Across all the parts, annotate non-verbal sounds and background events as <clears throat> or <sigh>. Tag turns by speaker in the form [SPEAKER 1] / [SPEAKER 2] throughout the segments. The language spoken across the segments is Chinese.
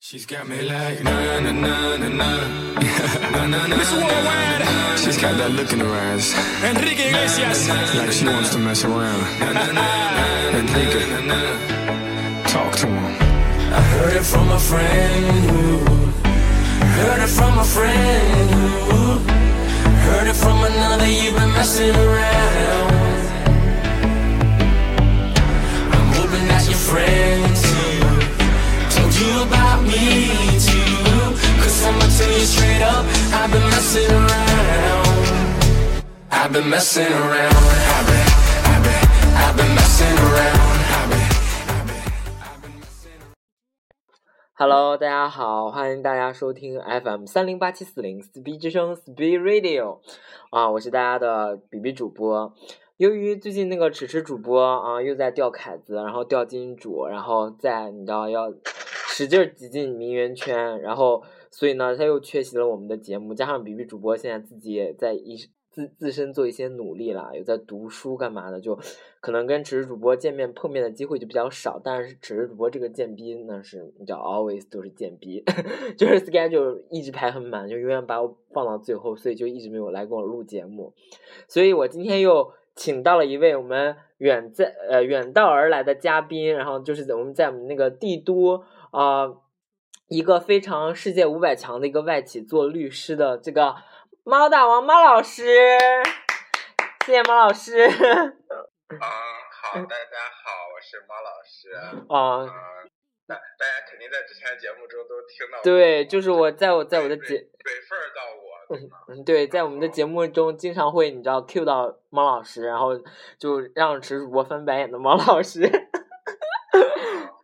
[SPEAKER 1] She's got me like na na na na na na na na.
[SPEAKER 2] It's worldwide.
[SPEAKER 1] She's got that look in her eyes,
[SPEAKER 2] Enrique Iglesias.
[SPEAKER 1] like she wants to mess around. Enrique, talk to him. I heard it from a friend who heard it from a friend who heard it from another. You've been messing around. I'm hoping that's your friend too. Told you about me too. Cause I'ma tell you straight up, I've been messing around. I've been messing around. I've been, I've been, I've been messing around. I've been, I've been, I've been messing around.
[SPEAKER 3] Hello，大家好，欢迎大家收听 FM 三零八七四零四 B 之声四 B Radio，啊，我是大家的比比主播。由于最近那个迟迟主播啊又在钓凯子，然后钓金主，然后再你知道要使劲儿挤进名媛圈，然后所以呢他又缺席了我们的节目，加上比比主播现在自己也在一自自身做一些努力啦，有在读书干嘛的，就可能跟迟迟主播见面碰面的机会就比较少，但是迟迟主播这个贱逼呢是，你知道 always 都是贱逼， <laughs> 就是 schedule 一直排很满，就永远把我放到最后，所以就一直没有来跟我录节目，所以我今天又请到了一位我们远在呃远道而来的嘉宾，然后就是在我们在我们那个帝都啊、一个非常世界五百强的一个外企做律师的这个猫大王猫老师，谢谢猫老师。 <laughs>
[SPEAKER 4] 啊，好，
[SPEAKER 3] 嗯
[SPEAKER 4] 大家好，我是猫老师。
[SPEAKER 3] 啊、
[SPEAKER 4] 啊，大大家肯定在之前的节目中都听到过，
[SPEAKER 3] 对，就是我在我在我的节，
[SPEAKER 4] refer 到我，对吗？
[SPEAKER 3] 嗯，对，在我们的节目中经常会你知道 cue 到猫老师，然后就让池主播翻白眼的猫老师， <laughs>
[SPEAKER 4] 嗯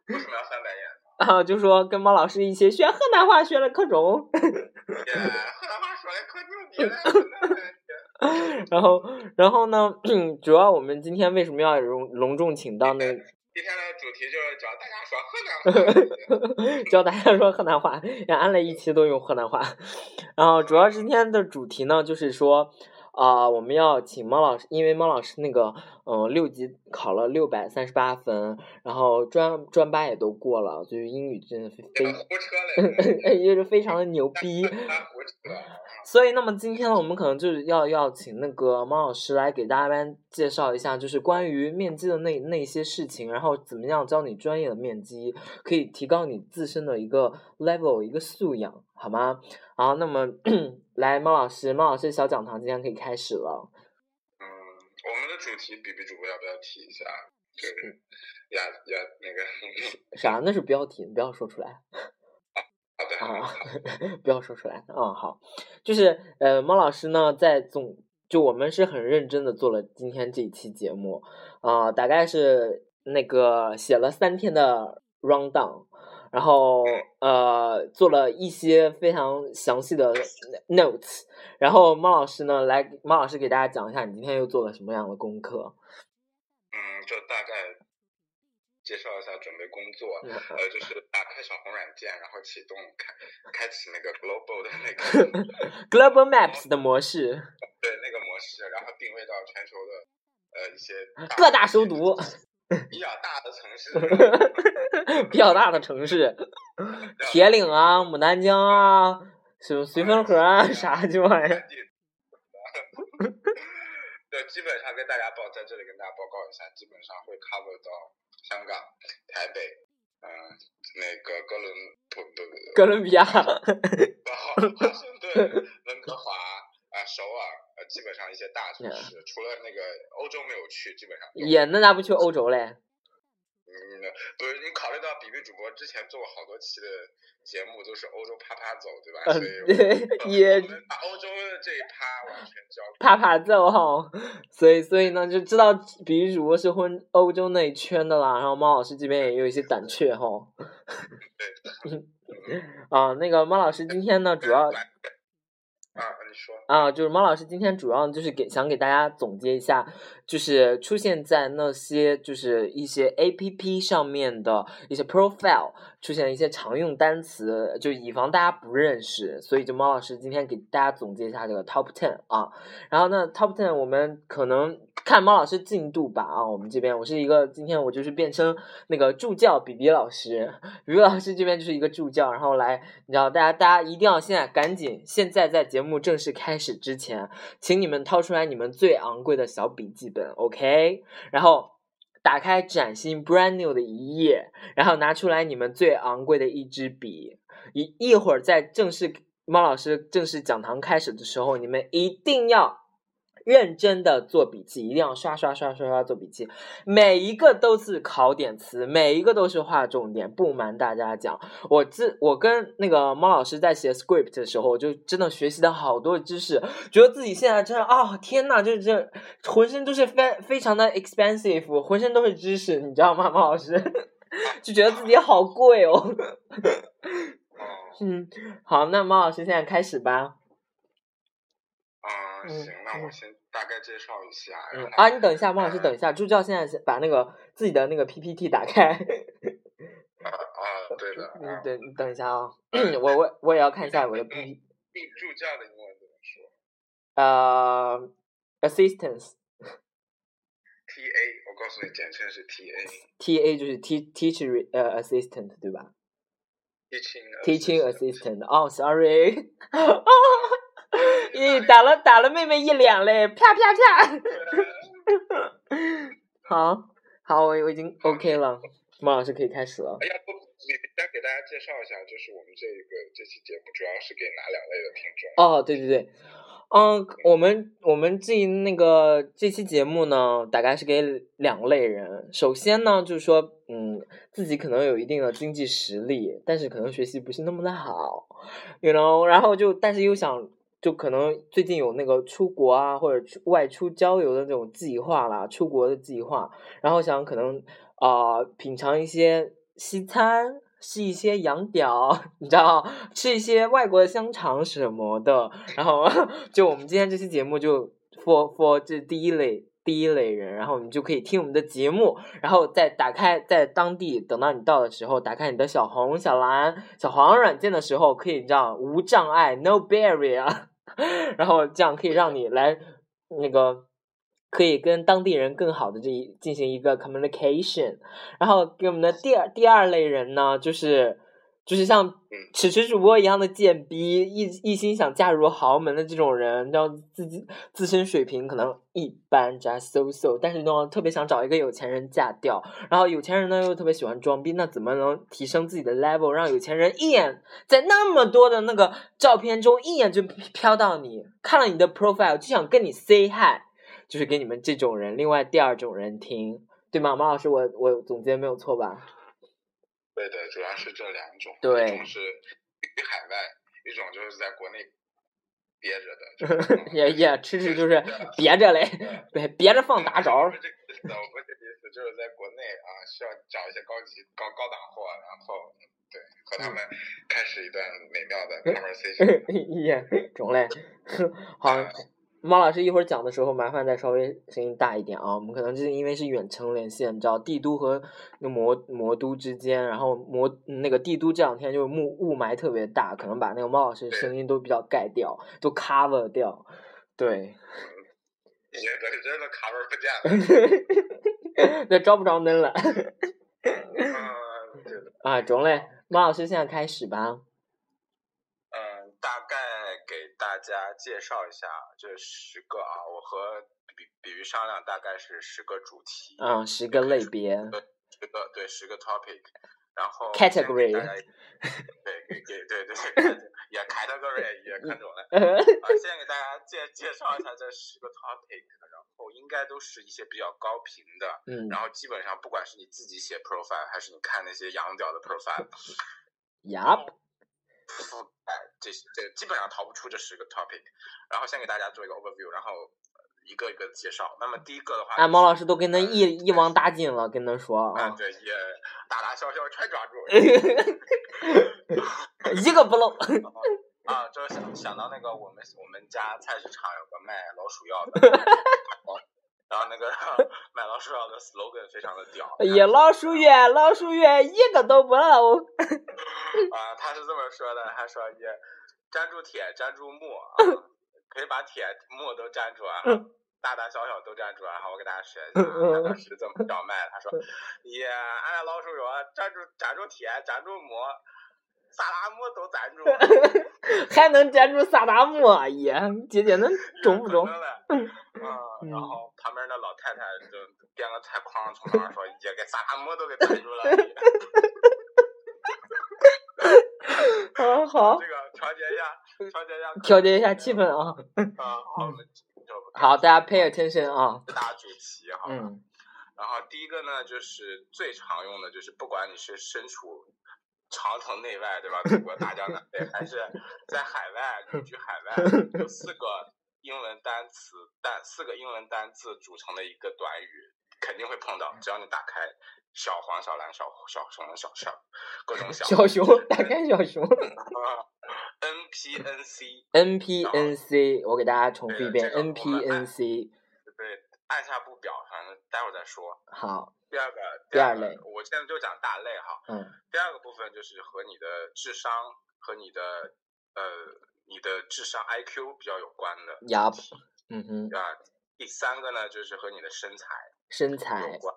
[SPEAKER 4] 为什么要翻白眼？
[SPEAKER 3] 然后就说跟猫老师一起学河南话学了克种，
[SPEAKER 4] 耶， <laughs> 话话说来可牛逼了，真的
[SPEAKER 3] <laughs> 然后然后呢， <clears throat> 主要我们今天为什么要隆隆重请到那个
[SPEAKER 4] 今天的主题就是教大家说河
[SPEAKER 3] <laughs>
[SPEAKER 4] 南话。
[SPEAKER 3] 教大家说河南话，然后安了一期都用河南话。然后主要是今天的主题呢，就是说，啊、我们要请猫老师，因为猫老师那个，嗯、六级考了六百三十八分，然后专专八也都过了，就是英语真的非 <laughs>
[SPEAKER 4] 这个
[SPEAKER 3] 非，
[SPEAKER 4] 胡扯嘞， <laughs> 嗯
[SPEAKER 3] 就是非 <laughs> 常的牛逼。
[SPEAKER 4] 他胡扯。
[SPEAKER 3] 所以，那么今天呢，我们可能就是要要请那个猫老师来给大家介绍一下，就是关于面基的那那些事情，然后怎么样教你专业的面基，可以提高你自身的一个 level 一个素养，好吗？好，那么 <clears throat> 来猫老师，猫老师小讲堂今天可以开始了。
[SPEAKER 4] 嗯，我们的主题比比主播要不要提一下？
[SPEAKER 3] 嗯
[SPEAKER 4] 就是呀呀那个，
[SPEAKER 3] 啥？那是标题，你不要说出来。
[SPEAKER 4] 好的，
[SPEAKER 3] 啊， <laughs> 不要说出来。嗯，好，就是呃，猫老师呢，在总就我们是很认真的做了今天这一期节目，啊、大概是那个写了三天的 round down，然后呃做了一些非常详细的 notes，然后猫老师呢来，猫老师给大家讲一下你今天又做了什么样的功课。
[SPEAKER 4] 嗯，就大概介绍一下准备工作。
[SPEAKER 3] 嗯
[SPEAKER 4] 呃，就是打开小红软件，然后启动开开启那个 global 的那个
[SPEAKER 3] <laughs> Global Maps 的模式， <laughs>
[SPEAKER 4] 对那个模式，然后定位到全球的呃一些
[SPEAKER 3] 各大首都。
[SPEAKER 4] 比较大的城
[SPEAKER 3] <laughs>
[SPEAKER 4] 市，对
[SPEAKER 3] 比较大的城市，铁岭啊、牡丹江啊、什么绥芬河啊， <laughs> 啥鸡巴玩意儿？
[SPEAKER 4] 就基本上跟大家报在这里跟大家报告一下，基本上会 cover 到香港、台北，嗯、那个哥伦不不不
[SPEAKER 3] 哥伦比亚，
[SPEAKER 4] 不，华盛
[SPEAKER 3] <laughs>
[SPEAKER 4] 顿、温哥华啊、首尔，呃，基本上一些大城市，除了那个欧洲没有去，基本上有
[SPEAKER 3] 也那咋不去欧洲嘞？
[SPEAKER 4] 嗯，不是你考虑到比比主播之前做过好多期的节目都是欧洲啪啪走，对吧？
[SPEAKER 3] <laughs> 嗯
[SPEAKER 4] 所以我
[SPEAKER 3] 对
[SPEAKER 4] 呃
[SPEAKER 3] 也
[SPEAKER 4] 我们把欧洲的这一趴完全交给
[SPEAKER 3] 啪啪揍哈，所以所以呢，就知道比喻主播是混欧洲那一圈的啦。然后猫老师这边也有一些胆怯哈。 <laughs> 啊，那个猫老师今天呢，主要
[SPEAKER 4] 啊，你说
[SPEAKER 3] 啊，就是猫老师今天主要就是给想给大家总结一下，就是出现在那些就是一些 A P P 上面的一些 profile 出现一些常用单词，就以防大家不认识，所以就猫老师今天给大家总结一下这个 top ten 啊。然后呢，top ten 我们可能看猫老师进度吧啊，我们这边我是一个今天我就是变成那个助教比比老师，比比老师这边就是一个助教，然后来你知道，大家大家一定要现在赶紧，现在在节目正式开始之前，请你们掏出来你们最昂贵的小笔记本，OK？然后打开崭新 brand new 的一页，然后拿出来你们最昂贵的一支笔，一一会儿在正式猫老师正式讲堂开始的时候，你们一定要。认真的做笔记，一定要刷刷刷刷刷做笔记，每一个都是考点词，每一个都是划重点。不瞒大家讲，我自我跟那个猫老师在写 script 的时候，我就真的学习到好多知识，觉得自己现在真的啊、天呐，这这浑身都是非非常的 expensive，浑身都是知识，你知道吗，猫老师？ <laughs> 就觉得自己好贵哦。 <laughs> 嗯，好，那猫老师现在开始吧。
[SPEAKER 4] 嗯，
[SPEAKER 3] 嗯
[SPEAKER 4] 行，那我
[SPEAKER 3] 嗯
[SPEAKER 4] 先大概介绍一下。然
[SPEAKER 3] 嗯
[SPEAKER 4] 后
[SPEAKER 3] 啊，你等一下，猫老师等一下，助教现在先把那个自己的那个 PPT 打开。
[SPEAKER 4] 啊啊，对的。
[SPEAKER 3] 你
[SPEAKER 4] 啊，
[SPEAKER 3] 嗯等你等一下啊、 <clears throat> 我我我也要看一下我的 PPT。
[SPEAKER 4] 助助教的英文怎么说
[SPEAKER 3] 呃，assistance。
[SPEAKER 4] ？T A，我告诉你，简称是 T A。
[SPEAKER 3] T A 就是 T teacher 呃 assistant 对吧
[SPEAKER 4] Teaching
[SPEAKER 3] ？Teaching
[SPEAKER 4] assistant
[SPEAKER 3] assistant 哦，sorry，咦，打了打了妹妹一脸嘞，啪啪啪！ <laughs> 好，好，我我已经 OK 了，孟老师可以开始了。
[SPEAKER 4] 哎呀，不，你先给大家介绍一下，就是我们这个这期节目主要是给哪两类的听众？
[SPEAKER 3] 哦，对对对，嗯，我们我们这那个这期节目呢，大概是给两类人。首先呢，就是说，嗯，自己可能有一定的经济实力，但是可能学习不是那么的好，you know，然后就但是又想。就可能最近有那个出国啊，或者出外出郊游的那种计划啦，出国的计划，然后想可能啊、呃品尝一些西餐，吃一些羊屌， <laughs> 你知道，吃一些外国的香肠什么的。然后 <laughs> 就我们今天这期节目就 for for 这第一类第一类人，然后你就可以听我们的节目，然后再打开在当地等到你到的时候，打开你的小红、小蓝、小黄软件的时候，可以这样无障碍 no barrier，然后这样可以让你来那个。可以跟当地人更好的这一进行一个 communication，然后给我们的第二第二类人呢，就是就是像此时主播一样的贱逼，一一心想嫁入豪门的这种人，然后自己自身水平可能一般，just so so，但是呢，特别想找一个有钱人嫁掉，然后有钱人呢又特别喜欢装逼，那怎么能提升自己的 level，让有钱人一眼在那么多的那个照片中一眼就飘到你，看了你的 profile 就想跟你 say hi，就是给你们这种人，另外第二种人听，对吗？马老师，我我总结没有错吧？ <laughs>
[SPEAKER 4] 对的，主要是这两种，
[SPEAKER 3] 对
[SPEAKER 4] 一种是于海外，一种就是在国内憋着
[SPEAKER 3] <laughs>
[SPEAKER 4] 的，就是
[SPEAKER 3] 也也吃吃就是别着嘞， <laughs> 别别着放大招
[SPEAKER 4] 我
[SPEAKER 3] 儿
[SPEAKER 4] 不是。这个意思，我不是这个意思，就是在国内啊，需要找一些高级高高档货，然后嗯对和他们开始一段美妙的
[SPEAKER 3] 嗯 <laughs>
[SPEAKER 4] conversation。
[SPEAKER 3] 也中嘞，好，猫老师一会儿讲的时候，麻烦再稍微声音大一点啊。我们可能就是因为是远程连线，你知道帝都和那魔魔都之间，然后魔那个帝都这两天就是雾雾霾特别大，可能把那个猫老师声音都比较盖掉，都 cover 掉。对， <laughs>
[SPEAKER 4] 也得真的卡 cover 不见了。
[SPEAKER 3] 那招不着嫩了
[SPEAKER 4] 嗯，对的，
[SPEAKER 3] 啊，中嘞。猫老师现在开始吧。
[SPEAKER 4] 嗯，大概给大家介绍一下这十个啊，我和比比喻商量，大概是十个主题。
[SPEAKER 3] 嗯，十个类别。 <laughs>
[SPEAKER 4] 十个对十个 topic，然后
[SPEAKER 3] Category
[SPEAKER 4] 先给大家对给给对对对，也
[SPEAKER 3] <laughs>
[SPEAKER 4] category 也看懂了。啊，先给大家介介绍一下这十个 topic，然后应该都是一些比较高频的，
[SPEAKER 3] 嗯
[SPEAKER 4] 然后基本上不管是你自己写 profile 还是你看那些洋屌的 profile，
[SPEAKER 3] ，Yup。
[SPEAKER 4] 覆盖这些这基本上逃不出这十个 topic。然后先给大家做一个 overview，然后呃一个一个介绍。那么第一个的话，
[SPEAKER 3] 啊，猫老师都跟
[SPEAKER 4] 呃
[SPEAKER 3] 咱一一网打尽了，跟咱说
[SPEAKER 4] 啊，
[SPEAKER 3] 啊，
[SPEAKER 4] 对，也打打消消全抓住。
[SPEAKER 3] <laughs> 一个不漏。
[SPEAKER 4] 啊，这是想想到那个我们我们家菜市场有个卖老鼠
[SPEAKER 3] <laughs>
[SPEAKER 4] 药的，然后那个 <laughs> 卖老鼠药的 slogan 非常的屌，
[SPEAKER 3] 也老鼠远，老鼠远，一个都不漏。
[SPEAKER 4] 啊，他是这么说的，他说也粘住铁，粘住
[SPEAKER 3] <laughs>
[SPEAKER 4] 木啊，可以把铁木都粘住啊。
[SPEAKER 3] 嗯
[SPEAKER 4] 大大小小都粘住啊！好，我给大家学一下啊，他当时怎么
[SPEAKER 3] 嗯
[SPEAKER 4] 叫卖的？他说：“也按老鼠油啊，粘住粘住铁，粘住木，萨拉木都粘住。”
[SPEAKER 3] 还能粘住萨达姆啊！耶，姐姐能中 <laughs> 不中
[SPEAKER 4] 反？正嘞嗯，然后旁边那老太太就编个菜筐从那儿说，也给萨拉姆都给逮
[SPEAKER 3] <laughs>
[SPEAKER 4] 住了。这
[SPEAKER 3] 啊，好，
[SPEAKER 4] 个调节一下，调节一下，
[SPEAKER 3] 调节一下气氛啊。
[SPEAKER 4] 啊，好，我们就
[SPEAKER 3] 好，大家 pay attention 啊。
[SPEAKER 4] 四大主题哈。
[SPEAKER 3] 嗯
[SPEAKER 4] 然后第一个呢，就是最常用的，就是不管你是身处长城内外，
[SPEAKER 3] <laughs>
[SPEAKER 4] 对吧？祖国大江南北，还是在海外旅居海
[SPEAKER 3] <laughs>
[SPEAKER 4] 外，有四个英文单词单四个英文单字组成的一个短语，肯定会碰到。
[SPEAKER 3] 嗯
[SPEAKER 4] 只要你打开小黄、小蓝、小小熊、小小各种小
[SPEAKER 3] 小熊，打开小熊。
[SPEAKER 4] <laughs> N P N C，
[SPEAKER 3] N P N C，我给大家重复一遍
[SPEAKER 4] 嗯对这个我
[SPEAKER 3] ，N
[SPEAKER 4] 们
[SPEAKER 3] P N C。
[SPEAKER 4] 对，按下不表，反正待会儿再说。
[SPEAKER 3] 好，
[SPEAKER 4] 第二个，
[SPEAKER 3] 第二
[SPEAKER 4] 个
[SPEAKER 3] 类
[SPEAKER 4] 我现在就讲大类哈。
[SPEAKER 3] 嗯
[SPEAKER 4] 第二个部分就是和你的智商和你的呃你的智商 IQ 比较有关的，
[SPEAKER 3] ，Yup，嗯哼，
[SPEAKER 4] 啊。第三个呢，就是和你的身材
[SPEAKER 3] 身
[SPEAKER 4] 有
[SPEAKER 3] 材、
[SPEAKER 4] 关。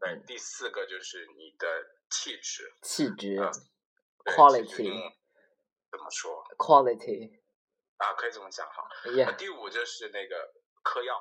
[SPEAKER 4] 对
[SPEAKER 3] 嗯，
[SPEAKER 4] 第四个就是你的气质
[SPEAKER 3] 气质
[SPEAKER 4] 嗯对气质英
[SPEAKER 3] ，quality，quality，
[SPEAKER 4] 文怎么说啊？可以这么讲哈。啊
[SPEAKER 3] 耶
[SPEAKER 4] 那，第五就是那个嗑药，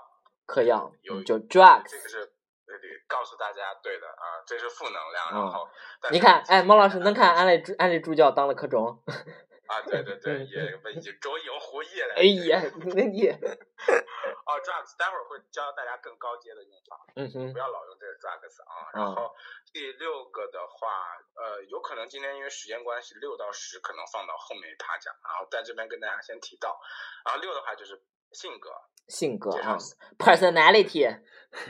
[SPEAKER 3] 嗑药
[SPEAKER 4] 有
[SPEAKER 3] 嗯就
[SPEAKER 4] 这个
[SPEAKER 3] drugs。
[SPEAKER 4] 是对对，告诉大家对的啊，这是负能量。
[SPEAKER 3] 嗯
[SPEAKER 4] 然后，但
[SPEAKER 3] 你
[SPEAKER 4] 是
[SPEAKER 3] 看，
[SPEAKER 4] 其
[SPEAKER 3] 哎，
[SPEAKER 4] 实
[SPEAKER 3] 毛老师
[SPEAKER 4] 呢
[SPEAKER 3] 能看安利助安利助教当了科种， <laughs>
[SPEAKER 4] 啊？对对对，
[SPEAKER 3] 嗯
[SPEAKER 4] 也也周游胡也来。
[SPEAKER 3] 哎呀，那
[SPEAKER 4] <laughs>
[SPEAKER 3] 你，
[SPEAKER 4] 哦，drugs，待会儿会教大家更高阶的用法，
[SPEAKER 3] 嗯哼
[SPEAKER 4] 不，要老用这个 drugs 啊。
[SPEAKER 3] 嗯
[SPEAKER 4] 然后第六个的话，呃，有可能今天因为时间关系，六到十可能放到后面一趴讲，然后在这边跟大家先提到。然后六的话就是性格
[SPEAKER 3] 性格
[SPEAKER 4] 介
[SPEAKER 3] 啊
[SPEAKER 4] 绍
[SPEAKER 3] ，personality，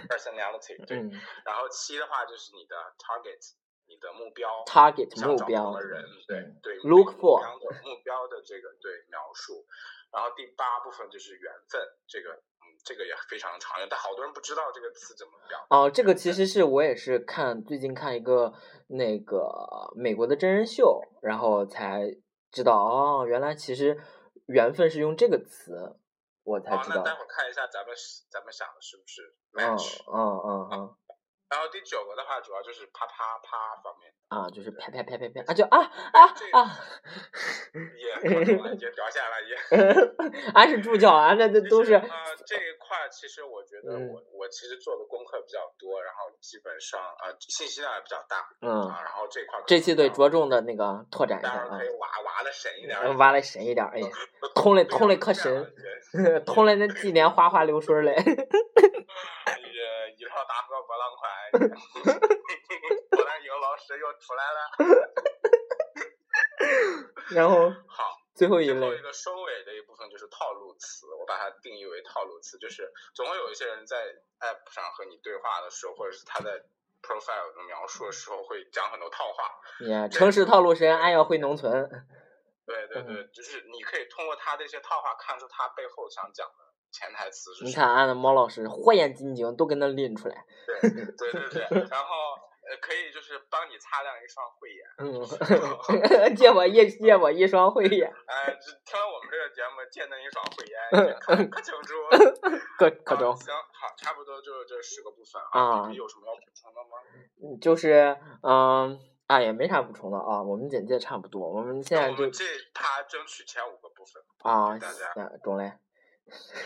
[SPEAKER 4] ，personality，对。
[SPEAKER 3] 嗯
[SPEAKER 4] 然后七的话就是你的 target，你的目标。
[SPEAKER 3] ，target
[SPEAKER 4] 想
[SPEAKER 3] 目
[SPEAKER 4] 找
[SPEAKER 3] 标
[SPEAKER 4] 到的人，对对
[SPEAKER 3] Look
[SPEAKER 4] 目
[SPEAKER 3] for
[SPEAKER 4] 标的目标的这个对描述，然后第八部分就是缘分，这个嗯，这个也非常常用，但好多人不知道这个词怎么表达。
[SPEAKER 3] 哦，这个其实是我也是看最近看一个那个美国的真人秀，然后才知道哦，原来其实缘分是用这个词，我才
[SPEAKER 4] 好，
[SPEAKER 3] 知
[SPEAKER 4] 哦那
[SPEAKER 3] 道。
[SPEAKER 4] 待会儿看一下咱们是咱们想的是不是
[SPEAKER 3] 嗯
[SPEAKER 4] match。啊
[SPEAKER 3] 嗯嗯嗯
[SPEAKER 4] 然后第九个的话，主要就是啪啪啪方面，
[SPEAKER 3] 啊，就是啪啪啪啪啪啊，就啊啊啊，
[SPEAKER 4] 也各种了也表现了也。 <laughs>
[SPEAKER 3] 俺啊是助教，俺这 <laughs> 这
[SPEAKER 4] 其
[SPEAKER 3] 都
[SPEAKER 4] 实
[SPEAKER 3] 是
[SPEAKER 4] 呃这一块儿，其实我觉得
[SPEAKER 3] 嗯
[SPEAKER 4] 我、我其实做的功课比较多，然后基本上呃信息量也比较大、
[SPEAKER 3] 嗯，
[SPEAKER 4] 啊，然后这块儿可
[SPEAKER 3] 这
[SPEAKER 4] 能
[SPEAKER 3] 期
[SPEAKER 4] 比
[SPEAKER 3] 得
[SPEAKER 4] 较
[SPEAKER 3] 着重的那个拓展一
[SPEAKER 4] 待
[SPEAKER 3] 下
[SPEAKER 4] 会儿
[SPEAKER 3] 啊
[SPEAKER 4] 可以，挖挖的深一点儿，
[SPEAKER 3] 嗯挖的深一点，哎呀，通了通了可深，
[SPEAKER 4] <laughs> 嗯
[SPEAKER 3] <laughs> 通了那几年哗哗流水儿嘞， <laughs>
[SPEAKER 4] 也一套大河波浪宽， <laughs> 波浪游老师又出来了。
[SPEAKER 3] 然后
[SPEAKER 4] 好，
[SPEAKER 3] 最后一
[SPEAKER 4] 最
[SPEAKER 3] 类
[SPEAKER 4] 后一个收尾的一部分就是套路词，我把它定义为套路词，就是总会有一些人在 app 上和你对话的时候，或者是他在 profile 的描述的时候会讲很多套话。
[SPEAKER 3] 呀，城市套路深，安要回农村。
[SPEAKER 4] 对对对，
[SPEAKER 3] 嗯
[SPEAKER 4] 就是你可以通过他的一些套话看出他背后想讲的潜台词是
[SPEAKER 3] 你
[SPEAKER 4] 什么。
[SPEAKER 3] 看，俺的毛老师火眼金睛都给那拎出
[SPEAKER 4] <laughs>
[SPEAKER 3] 来。
[SPEAKER 4] 对对对
[SPEAKER 3] <laughs>
[SPEAKER 4] 对，然后呃可以就是帮你擦亮一双慧眼。
[SPEAKER 3] 嗯， <laughs> 借我一借我一双慧
[SPEAKER 4] <laughs>
[SPEAKER 3] 眼，
[SPEAKER 4] 哎，这听了我们这个节目，见得一爽慧眼，看可清楚。
[SPEAKER 3] 可 <laughs> 可中
[SPEAKER 4] 好。行，好，差不多就是这十个部分
[SPEAKER 3] 啊
[SPEAKER 4] 你有什么要补充的吗？
[SPEAKER 3] 嗯就是嗯啊，也没啥补充的啊，我们简介差不多，我们现
[SPEAKER 4] 那
[SPEAKER 3] 在
[SPEAKER 4] 我
[SPEAKER 3] 就
[SPEAKER 4] 们这趴争取前五个部分，
[SPEAKER 3] <laughs> 啊，
[SPEAKER 4] 大家
[SPEAKER 3] 行中嘞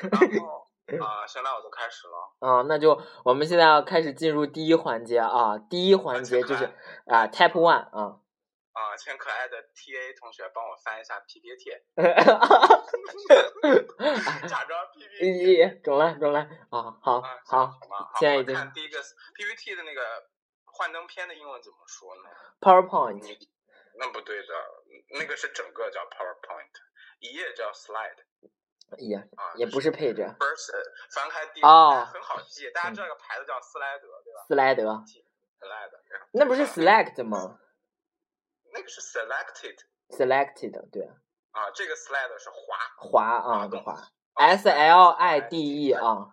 [SPEAKER 4] 然后啊，行，那我就开始了。
[SPEAKER 3] 啊，那就我们现在要开始进入第一环节啊，第一环节 <laughs> 就是啊，Type One 啊。 <laughs>
[SPEAKER 4] 啊，请可爱的 TA 同学帮我翻一下 PPT，假
[SPEAKER 3] <laughs>
[SPEAKER 4] 装 PPT。
[SPEAKER 3] 咦，中了中了啊，好
[SPEAKER 4] 啊，
[SPEAKER 3] 嗯好
[SPEAKER 4] 好吗？好
[SPEAKER 3] 现在
[SPEAKER 4] 我
[SPEAKER 3] 已经
[SPEAKER 4] 看第一个 PPT 的那个幻灯片的英文怎么说呢？
[SPEAKER 3] ，PowerPoint
[SPEAKER 4] 你那不对的，那个是整个叫 PowerPoint，一页叫 Slide
[SPEAKER 3] 也
[SPEAKER 4] 啊，
[SPEAKER 3] 也
[SPEAKER 4] 就
[SPEAKER 3] 嗯不是配置，
[SPEAKER 4] first 呃翻开第
[SPEAKER 3] 哦嗯
[SPEAKER 4] 很好记，大家知道个牌子叫斯莱德对吧
[SPEAKER 3] 斯莱德，
[SPEAKER 4] ？Slide 对吧
[SPEAKER 3] 那不是
[SPEAKER 4] 啊
[SPEAKER 3] select 吗
[SPEAKER 4] 那个是 selected
[SPEAKER 3] ？selected 对，
[SPEAKER 4] 啊，这个 slide 是滑，
[SPEAKER 3] 滑啊，这
[SPEAKER 4] 动
[SPEAKER 3] 滑
[SPEAKER 4] 啊
[SPEAKER 3] ，S L I D E 啊，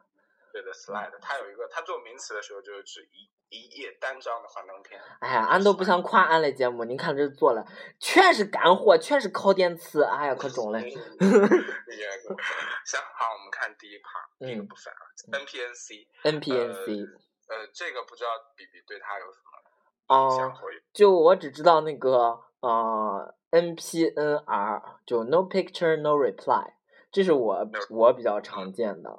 [SPEAKER 4] 对的 slide，它有一个，它做名词的时候就是指一一页单张的幻灯片。
[SPEAKER 3] 哎呀，俺都不想夸俺的节目，您看这做了，全是干货，全是靠点词，哎呀，可中了
[SPEAKER 4] 嗯。
[SPEAKER 3] <laughs>
[SPEAKER 4] 也行，好，我们看第一趴，
[SPEAKER 3] 嗯
[SPEAKER 4] 第一个部分啊，NPNC，
[SPEAKER 3] N P N C
[SPEAKER 4] 呃，这个不知道比比对它有什么
[SPEAKER 3] 啊，
[SPEAKER 4] 想回应？
[SPEAKER 3] 就我只知道那个呃 N P N R，就 No Picture No Reply，这是我我比较常见的。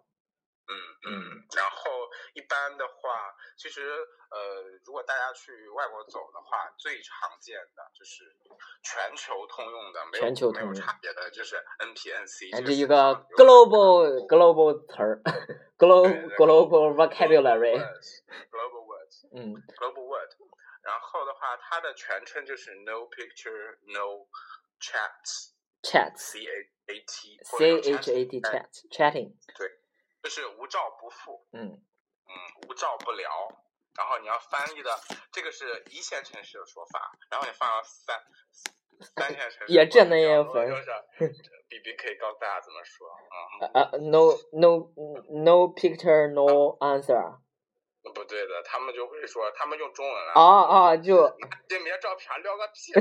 [SPEAKER 4] 嗯嗯，然后一般的话，其实呃，如果大家去外国走的话，最常见的就是全球通用的，没有
[SPEAKER 3] 全球通
[SPEAKER 4] 没
[SPEAKER 3] 用
[SPEAKER 4] 有差别的，就是 NPNC，
[SPEAKER 3] 哎，
[SPEAKER 4] 这
[SPEAKER 3] 这一
[SPEAKER 4] 是
[SPEAKER 3] 个
[SPEAKER 4] 非常有名的
[SPEAKER 3] global global 词儿，global
[SPEAKER 4] 对对
[SPEAKER 3] global
[SPEAKER 4] Global
[SPEAKER 3] vocabulary，
[SPEAKER 4] words, global words，
[SPEAKER 3] <laughs>
[SPEAKER 4] <laughs>
[SPEAKER 3] 嗯
[SPEAKER 4] Global Word，然后的话，它的全称就是 No Picture No Chat
[SPEAKER 3] ，chat，c
[SPEAKER 4] C A A T 或者叫
[SPEAKER 3] h a t
[SPEAKER 4] chat，哎
[SPEAKER 3] ，chat chatting，
[SPEAKER 4] 就是无照不赴，
[SPEAKER 3] 嗯
[SPEAKER 4] 嗯，无照不聊。然后你要翻译的，这个是一线城市的说法，然后你放到三三线城
[SPEAKER 3] <laughs>
[SPEAKER 4] 市
[SPEAKER 3] 也这能也
[SPEAKER 4] 分。
[SPEAKER 3] 分
[SPEAKER 4] 就是 B B 可以告诉大家怎么说，嗯，
[SPEAKER 3] 啊，no
[SPEAKER 4] <laughs>
[SPEAKER 3] no no picture no answer，
[SPEAKER 4] 嗯不对的，他们就会说，他们用中文来
[SPEAKER 3] 啊，啊就
[SPEAKER 4] 这没照片聊个
[SPEAKER 3] <laughs>
[SPEAKER 4] 屁，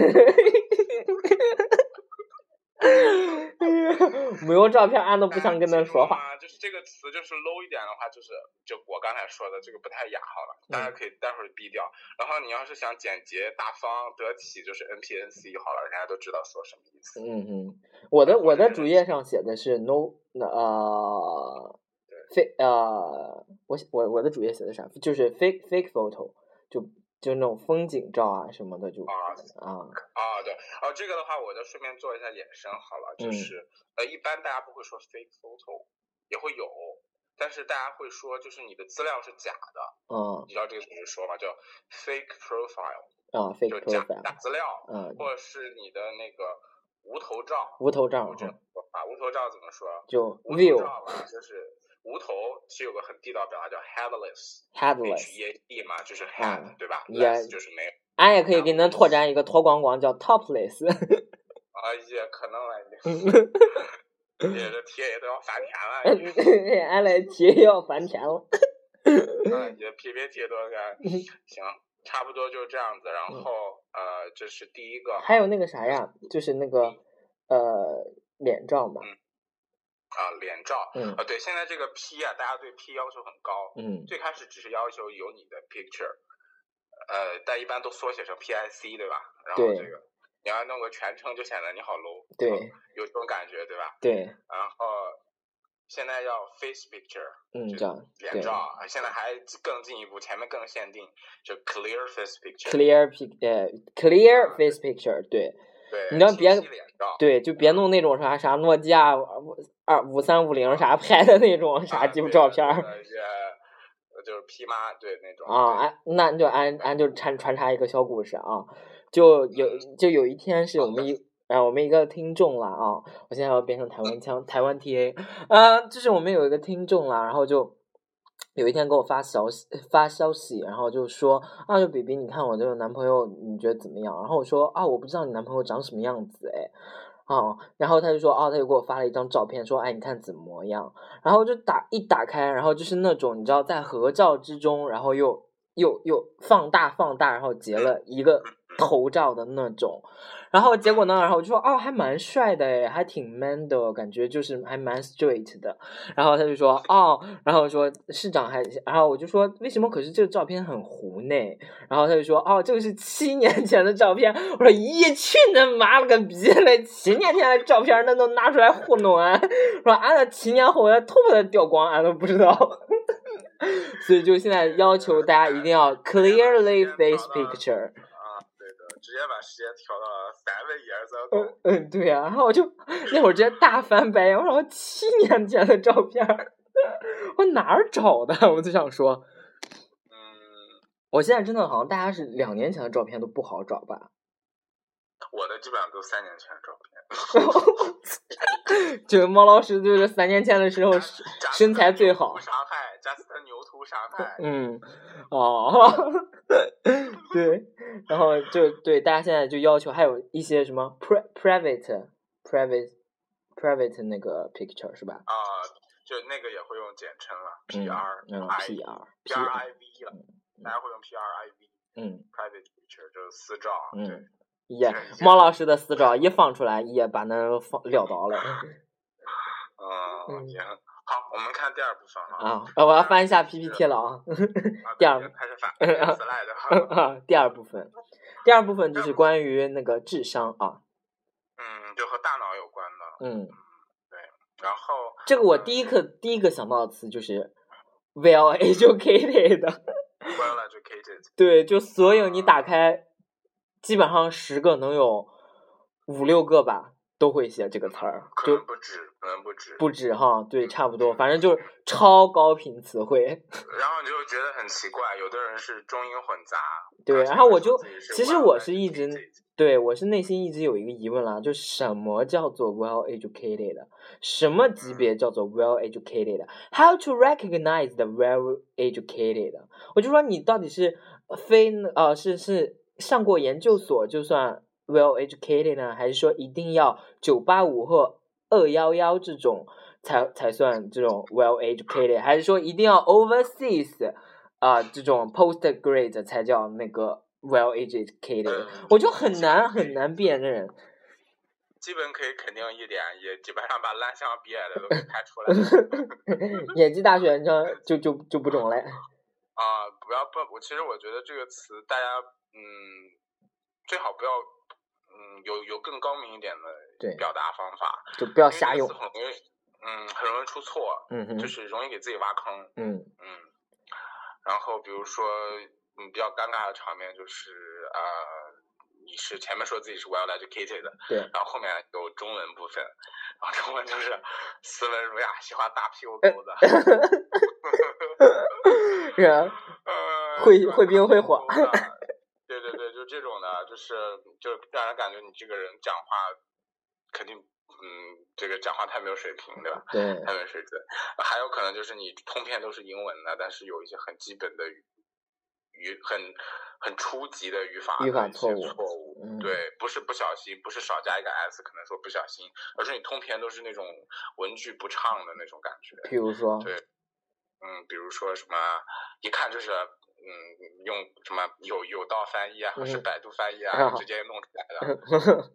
[SPEAKER 4] <laughs>
[SPEAKER 3] 没有照片，俺啊都不想跟他说话。
[SPEAKER 4] 啊，就是这个词，就是 low 一点的话，就是就我刚才说的这个不太雅好了，大家
[SPEAKER 3] 嗯
[SPEAKER 4] 可以待会儿避掉。然后你要是想简洁、大方、得体，就是 N P N C 好了，人家都知道说什么意思。
[SPEAKER 3] 嗯嗯，我的我的主页上写的是 no 呃 fake 呃，我我我的主页写的啥？就是 fake fake photo，就就那种风景照啊什么的就
[SPEAKER 4] 啊
[SPEAKER 3] 啊，
[SPEAKER 4] 啊，对，哦，这个的话，我就顺便做一下衍生好了，就
[SPEAKER 3] 嗯
[SPEAKER 4] 是、呃，一般大家不会说 fake photo，也会有，但是大家会说就是你的资料是假的，
[SPEAKER 3] 嗯
[SPEAKER 4] 你知道这个怎么说吗？叫 fake profile，
[SPEAKER 3] 啊
[SPEAKER 4] 就
[SPEAKER 3] fake
[SPEAKER 4] 假
[SPEAKER 3] profile，
[SPEAKER 4] 假资料，
[SPEAKER 3] 嗯，
[SPEAKER 4] 或者是你的那个无头照。
[SPEAKER 3] 无头照
[SPEAKER 4] 我这
[SPEAKER 3] 哈
[SPEAKER 4] 样说法，无头照怎么说？啊
[SPEAKER 3] 就
[SPEAKER 4] 无头
[SPEAKER 3] view
[SPEAKER 4] 照吧，就是无头，其实有个很地道表达叫 headless，H
[SPEAKER 3] headless，
[SPEAKER 4] E A D 嘛，就是 head、对吧
[SPEAKER 3] 也
[SPEAKER 4] ？less 就是没有
[SPEAKER 3] 俺哎也可以给您拓展一个脱光光叫 topless，
[SPEAKER 4] 啊，也可能了，也这题也都要翻篇了，
[SPEAKER 3] <laughs>
[SPEAKER 4] 也
[SPEAKER 3] 俺来题要翻篇了。
[SPEAKER 4] 嗯，也 PPT 都该行，差不多就这样子。然后呃，这是第一个
[SPEAKER 3] 还有那个啥呀，就是那个呃脸照嘛，
[SPEAKER 4] 啊，脸照
[SPEAKER 3] 嗯
[SPEAKER 4] 啊，对，现在这个 P 啊，大家对 P 要求很高，
[SPEAKER 3] 嗯
[SPEAKER 4] 最开始只是要求有你的 picture，呃，但一般都缩写成 PIC 对吧？然后
[SPEAKER 3] 对
[SPEAKER 4] 这个你要弄个全称就显得你好 low，
[SPEAKER 3] 对
[SPEAKER 4] 有这种感觉对吧？
[SPEAKER 3] 对，
[SPEAKER 4] 然后现在要 face picture
[SPEAKER 3] 嗯
[SPEAKER 4] 就
[SPEAKER 3] 这样
[SPEAKER 4] 脸
[SPEAKER 3] 对
[SPEAKER 4] 照，啊现在还更进一步，前面更限定，就 clear face picture。
[SPEAKER 3] clear pic 呃 clear face picture 对
[SPEAKER 4] 对，
[SPEAKER 3] 你知道
[SPEAKER 4] 清
[SPEAKER 3] 别
[SPEAKER 4] 晰脸照，啊
[SPEAKER 3] 对，就别弄那种啥啥诺基亚二五三五零啥拍的那种啥
[SPEAKER 4] 啊
[SPEAKER 3] 鸡巴
[SPEAKER 4] 对
[SPEAKER 3] 照
[SPEAKER 4] 的
[SPEAKER 3] 片
[SPEAKER 4] 对
[SPEAKER 3] 儿
[SPEAKER 4] 的也就是披麻对那种
[SPEAKER 3] 啊，俺那就俺俺就穿穿插一个小故事啊，就有就有一天是我们一。啊，我们一个听众啦啊，我现在要变成台湾腔，台湾 TA，啊，就是我们有一个听众啦，然后就有一天给我发消息，发消息，然后就说啊，就 b b 你看我这个男朋友，你觉得怎么样？然后我说啊，我不知道你男朋友长什么样子，哎，哦，然后他就说，哦，他就给我发了一张照片，说，哎，你看怎么样？然后就打一打开，然后就是那种你知道，在合照之中，然后又又又放大放大，然后截了一个头照的那种。然后结果呢，然后我就说，哦，还蛮帅的诶，还挺 man 的，感觉就是还蛮 straight 的。然后他就说，哦，然后说市长还，然后我就说，为什么？可是这个照片很糊呢？然后他就说：“哦，这个是七年前的照片。”我说：“咦，去你妈了个逼嘞！七年前的照片那都拿出来糊弄俺、我说啊俺那七年后俺头发都掉光，啊俺都不知道。 <laughs> 所以就现在要求大家一定要 clearly face picture。
[SPEAKER 4] 啊，对的，直接把时间调到三位爷儿子
[SPEAKER 3] 嗯嗯，对呀、然后我就那会儿直接大翻白眼，我说七年前的照片儿，我哪儿找的？ <laughs> 我就想说，
[SPEAKER 4] 嗯，
[SPEAKER 3] 我现在真的好像大家是两年前的照片都不好找吧。
[SPEAKER 4] 我的基本上都三年前的照片。
[SPEAKER 3] 就是猫老师就是三年前的时候，
[SPEAKER 4] 贾斯
[SPEAKER 3] 身材
[SPEAKER 4] 特
[SPEAKER 3] 最
[SPEAKER 4] 牛
[SPEAKER 3] 好
[SPEAKER 4] 图伤害，加斯特牛图伤害，
[SPEAKER 3] 嗯，哦， <laughs> 对，然后就对大家现在就要求还有一些什么 pri private private private 那个 picture 是吧？
[SPEAKER 4] 啊、就那个也会用简称了
[SPEAKER 3] 嗯
[SPEAKER 4] ，P R
[SPEAKER 3] 嗯
[SPEAKER 4] I
[SPEAKER 3] ，P R
[SPEAKER 4] P R I V 了，
[SPEAKER 3] 嗯
[SPEAKER 4] 大家会用 P R I V
[SPEAKER 3] 嗯
[SPEAKER 4] private picture 就是私照啊，
[SPEAKER 3] 嗯
[SPEAKER 4] 对，
[SPEAKER 3] 也
[SPEAKER 4] 对
[SPEAKER 3] 猫老师的私照一放出来，也把那放撂倒了嗯
[SPEAKER 4] 嗯，也很好。我们看第二部分了
[SPEAKER 3] 啊！呃我要翻一下 PPT 了 <laughs> 啊。
[SPEAKER 4] 啊，
[SPEAKER 3] 第二部
[SPEAKER 4] 开始
[SPEAKER 3] <laughs>
[SPEAKER 4] 反 slide 了，
[SPEAKER 3] 啊第二部分，第二部分就是关于那个智商啊，
[SPEAKER 4] 嗯，就和大脑有关的。
[SPEAKER 3] 嗯，
[SPEAKER 4] 然后
[SPEAKER 3] 这个我第一个第一个想到的词就是 well educated， <laughs>
[SPEAKER 4] well educated，
[SPEAKER 3] 对，就所有你打开，基本上十个能有五六个吧，都会写这个词儿，
[SPEAKER 4] 可
[SPEAKER 3] 就
[SPEAKER 4] 能不止，可能不止。
[SPEAKER 3] 不止哈，对，差不多，反正就是超高频词汇，
[SPEAKER 4] 然后你就觉得很奇怪，有的人是中英混杂。
[SPEAKER 3] 对
[SPEAKER 4] 而且
[SPEAKER 3] 然后我
[SPEAKER 4] 有
[SPEAKER 3] 就
[SPEAKER 4] 的人说自己
[SPEAKER 3] 其实
[SPEAKER 4] well
[SPEAKER 3] 我是一直
[SPEAKER 4] educated
[SPEAKER 3] 对我是内心一直有一个疑问啦，就什么叫做 well educated，什么级别叫做 well educated，how to recognize the well educated，我就说你到底是非呃是是上过研究所就算 well educated 呢，还是说一定要九八五或二幺幺这种才才算这种 well educated，还是说一定要 overseas 啊、这种 postgrad 才叫那个 well educated，
[SPEAKER 4] 嗯
[SPEAKER 3] 我就很难很难辨认。 <laughs>
[SPEAKER 4] 基本可以肯定一点，也基本上把蓝翔毕业的都给排除
[SPEAKER 3] <laughs>
[SPEAKER 4] 了。
[SPEAKER 3] 野鸡大学生就就就不中嘞，
[SPEAKER 4] 啊、不要不，我其实我觉得这个词大家嗯，最好不要嗯有有更高明一点
[SPEAKER 3] 对
[SPEAKER 4] 的表达方法，
[SPEAKER 3] 就不要
[SPEAKER 4] 要
[SPEAKER 3] 瞎用。
[SPEAKER 4] 很容易嗯很容易出错，
[SPEAKER 3] 嗯哼
[SPEAKER 4] 就，是容易给自己挖坑，
[SPEAKER 3] 嗯
[SPEAKER 4] 嗯。然后比如说嗯比较尴尬的场面就是呃。你是前面说自己是 well educated 的，
[SPEAKER 3] 对
[SPEAKER 4] 然后后面有中文部分，然后中文就是斯文儒雅、喜欢打屁股
[SPEAKER 3] 呃 <laughs>
[SPEAKER 4] 沟的，
[SPEAKER 3] 是啊，
[SPEAKER 4] 呃，
[SPEAKER 3] 会
[SPEAKER 4] 喜欢
[SPEAKER 3] 会冰
[SPEAKER 4] 打
[SPEAKER 3] 会
[SPEAKER 4] 屁
[SPEAKER 3] 火
[SPEAKER 4] 股沟
[SPEAKER 3] <laughs>
[SPEAKER 4] 的对对对，就这种的，就是就让人感觉你这个人讲话肯定，嗯，这个讲话太没有水平，对吧？
[SPEAKER 3] 对，
[SPEAKER 4] 太没有水准。还有可能就是你通篇都是英文的，但是有一些很基本的语语很很初级的语法
[SPEAKER 3] 语法
[SPEAKER 4] 的一些
[SPEAKER 3] 错误
[SPEAKER 4] 错误。
[SPEAKER 3] 嗯
[SPEAKER 4] 对，不是不小心，不是少加一个 s，可能说不小心，而是你通篇都是那种文句不畅的那种感觉。
[SPEAKER 3] 譬如说，
[SPEAKER 4] 对，嗯，比如说什么，一看就是，嗯，用什么有有道翻译啊，或是
[SPEAKER 3] 嗯
[SPEAKER 4] 百度翻译
[SPEAKER 3] <laughs>
[SPEAKER 4] 啊，
[SPEAKER 3] 啊
[SPEAKER 4] 直接弄出来的，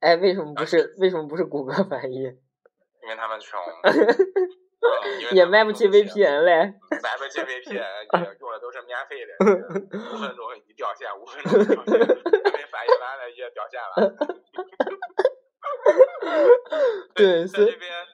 [SPEAKER 3] 哎，为什么不是为什么不是谷歌翻译？
[SPEAKER 4] 因为他
[SPEAKER 3] <laughs>
[SPEAKER 4] 们穷，嗯因为
[SPEAKER 3] 也
[SPEAKER 4] 他们
[SPEAKER 3] 卖不
[SPEAKER 4] 用
[SPEAKER 3] 起
[SPEAKER 4] 的是
[SPEAKER 3] VPN 嘞。
[SPEAKER 4] 买不起
[SPEAKER 3] <laughs>
[SPEAKER 4] VPN，也用的都是免费的，五分钟一掉线，五分钟一掉线，还没反应完了也掉线
[SPEAKER 3] <laughs>
[SPEAKER 4] 了。
[SPEAKER 3] 对，
[SPEAKER 4] 在
[SPEAKER 3] 所以
[SPEAKER 4] 这边，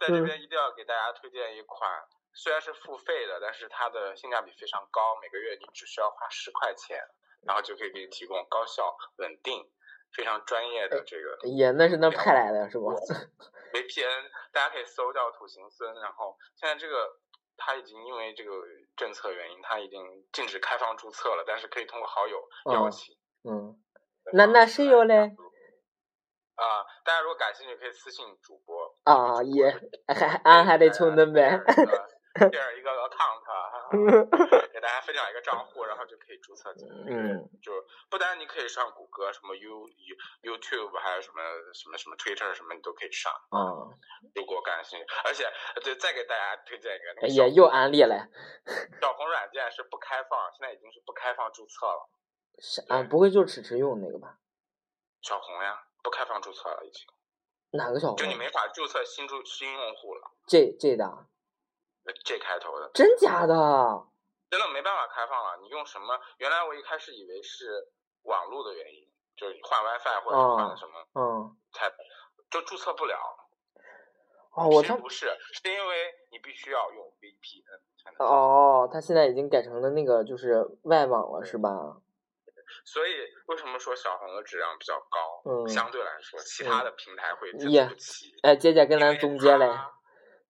[SPEAKER 4] 在这边一定要给大家推荐一款，虽然是付费的，但是它的性价比非常高，每个月你只需要花十块钱，然后就可以给你提供高效、稳定、非常专业的这个
[SPEAKER 3] 也那是那派来的是吧？
[SPEAKER 4] <laughs> VPN。大家可以搜叫土行孙，然后现在这个。它已经因为这个政策原因，它已经禁止开放注册了，但是可以通过好友邀
[SPEAKER 3] 嗯
[SPEAKER 4] 请。
[SPEAKER 3] 嗯，那那是有嘞。
[SPEAKER 4] 啊、大家如果感兴趣，可以私信主播。
[SPEAKER 3] 啊也 <laughs> 还俺还得
[SPEAKER 4] 呃
[SPEAKER 3] 求恁呗。
[SPEAKER 4] 这是呃一个
[SPEAKER 3] <laughs>
[SPEAKER 4] account，给大家分享一个账户，然后就可以注册进去。
[SPEAKER 3] 嗯，
[SPEAKER 4] 就不单你可以上谷歌，什么 You You YouTube，还有什么什么什么 Twitter 什么，你都可以上。
[SPEAKER 3] 啊，
[SPEAKER 4] 如果感兴趣，而且对，再给大家推荐一个，那哎个小
[SPEAKER 3] 也又安利嘞。
[SPEAKER 4] 小红软件是不开放，现在已经是不开放注册了。
[SPEAKER 3] 是啊，不会就是迟迟用那个吧？
[SPEAKER 4] 小红呀，不开放注册了，已经，
[SPEAKER 3] 哪个小
[SPEAKER 4] 就
[SPEAKER 3] 红啊
[SPEAKER 4] 你？没法注册新注新用户了。
[SPEAKER 3] 这这的啊，
[SPEAKER 4] 呃 J 开头的，
[SPEAKER 3] 真假的？
[SPEAKER 4] 真的没办法开放了。你用什么？原来我一开始以为是网络的原因，就是换 WiFi 或者是换了什么，
[SPEAKER 3] 嗯，
[SPEAKER 4] 才就注册不了。
[SPEAKER 3] 哦，我
[SPEAKER 4] 其实
[SPEAKER 3] 他
[SPEAKER 4] 不是，是因为你必须要用 VPN 才能。，
[SPEAKER 3] 哦，他现在已经改成了那个就是外网了是吧？
[SPEAKER 4] 所以为什么说小红的质量比较高？
[SPEAKER 3] 嗯
[SPEAKER 4] 相对来说，其他的平台会参
[SPEAKER 3] 也
[SPEAKER 4] 不起。
[SPEAKER 3] 哎，姐姐跟
[SPEAKER 4] 因为
[SPEAKER 3] 咱总结嘞
[SPEAKER 4] 它。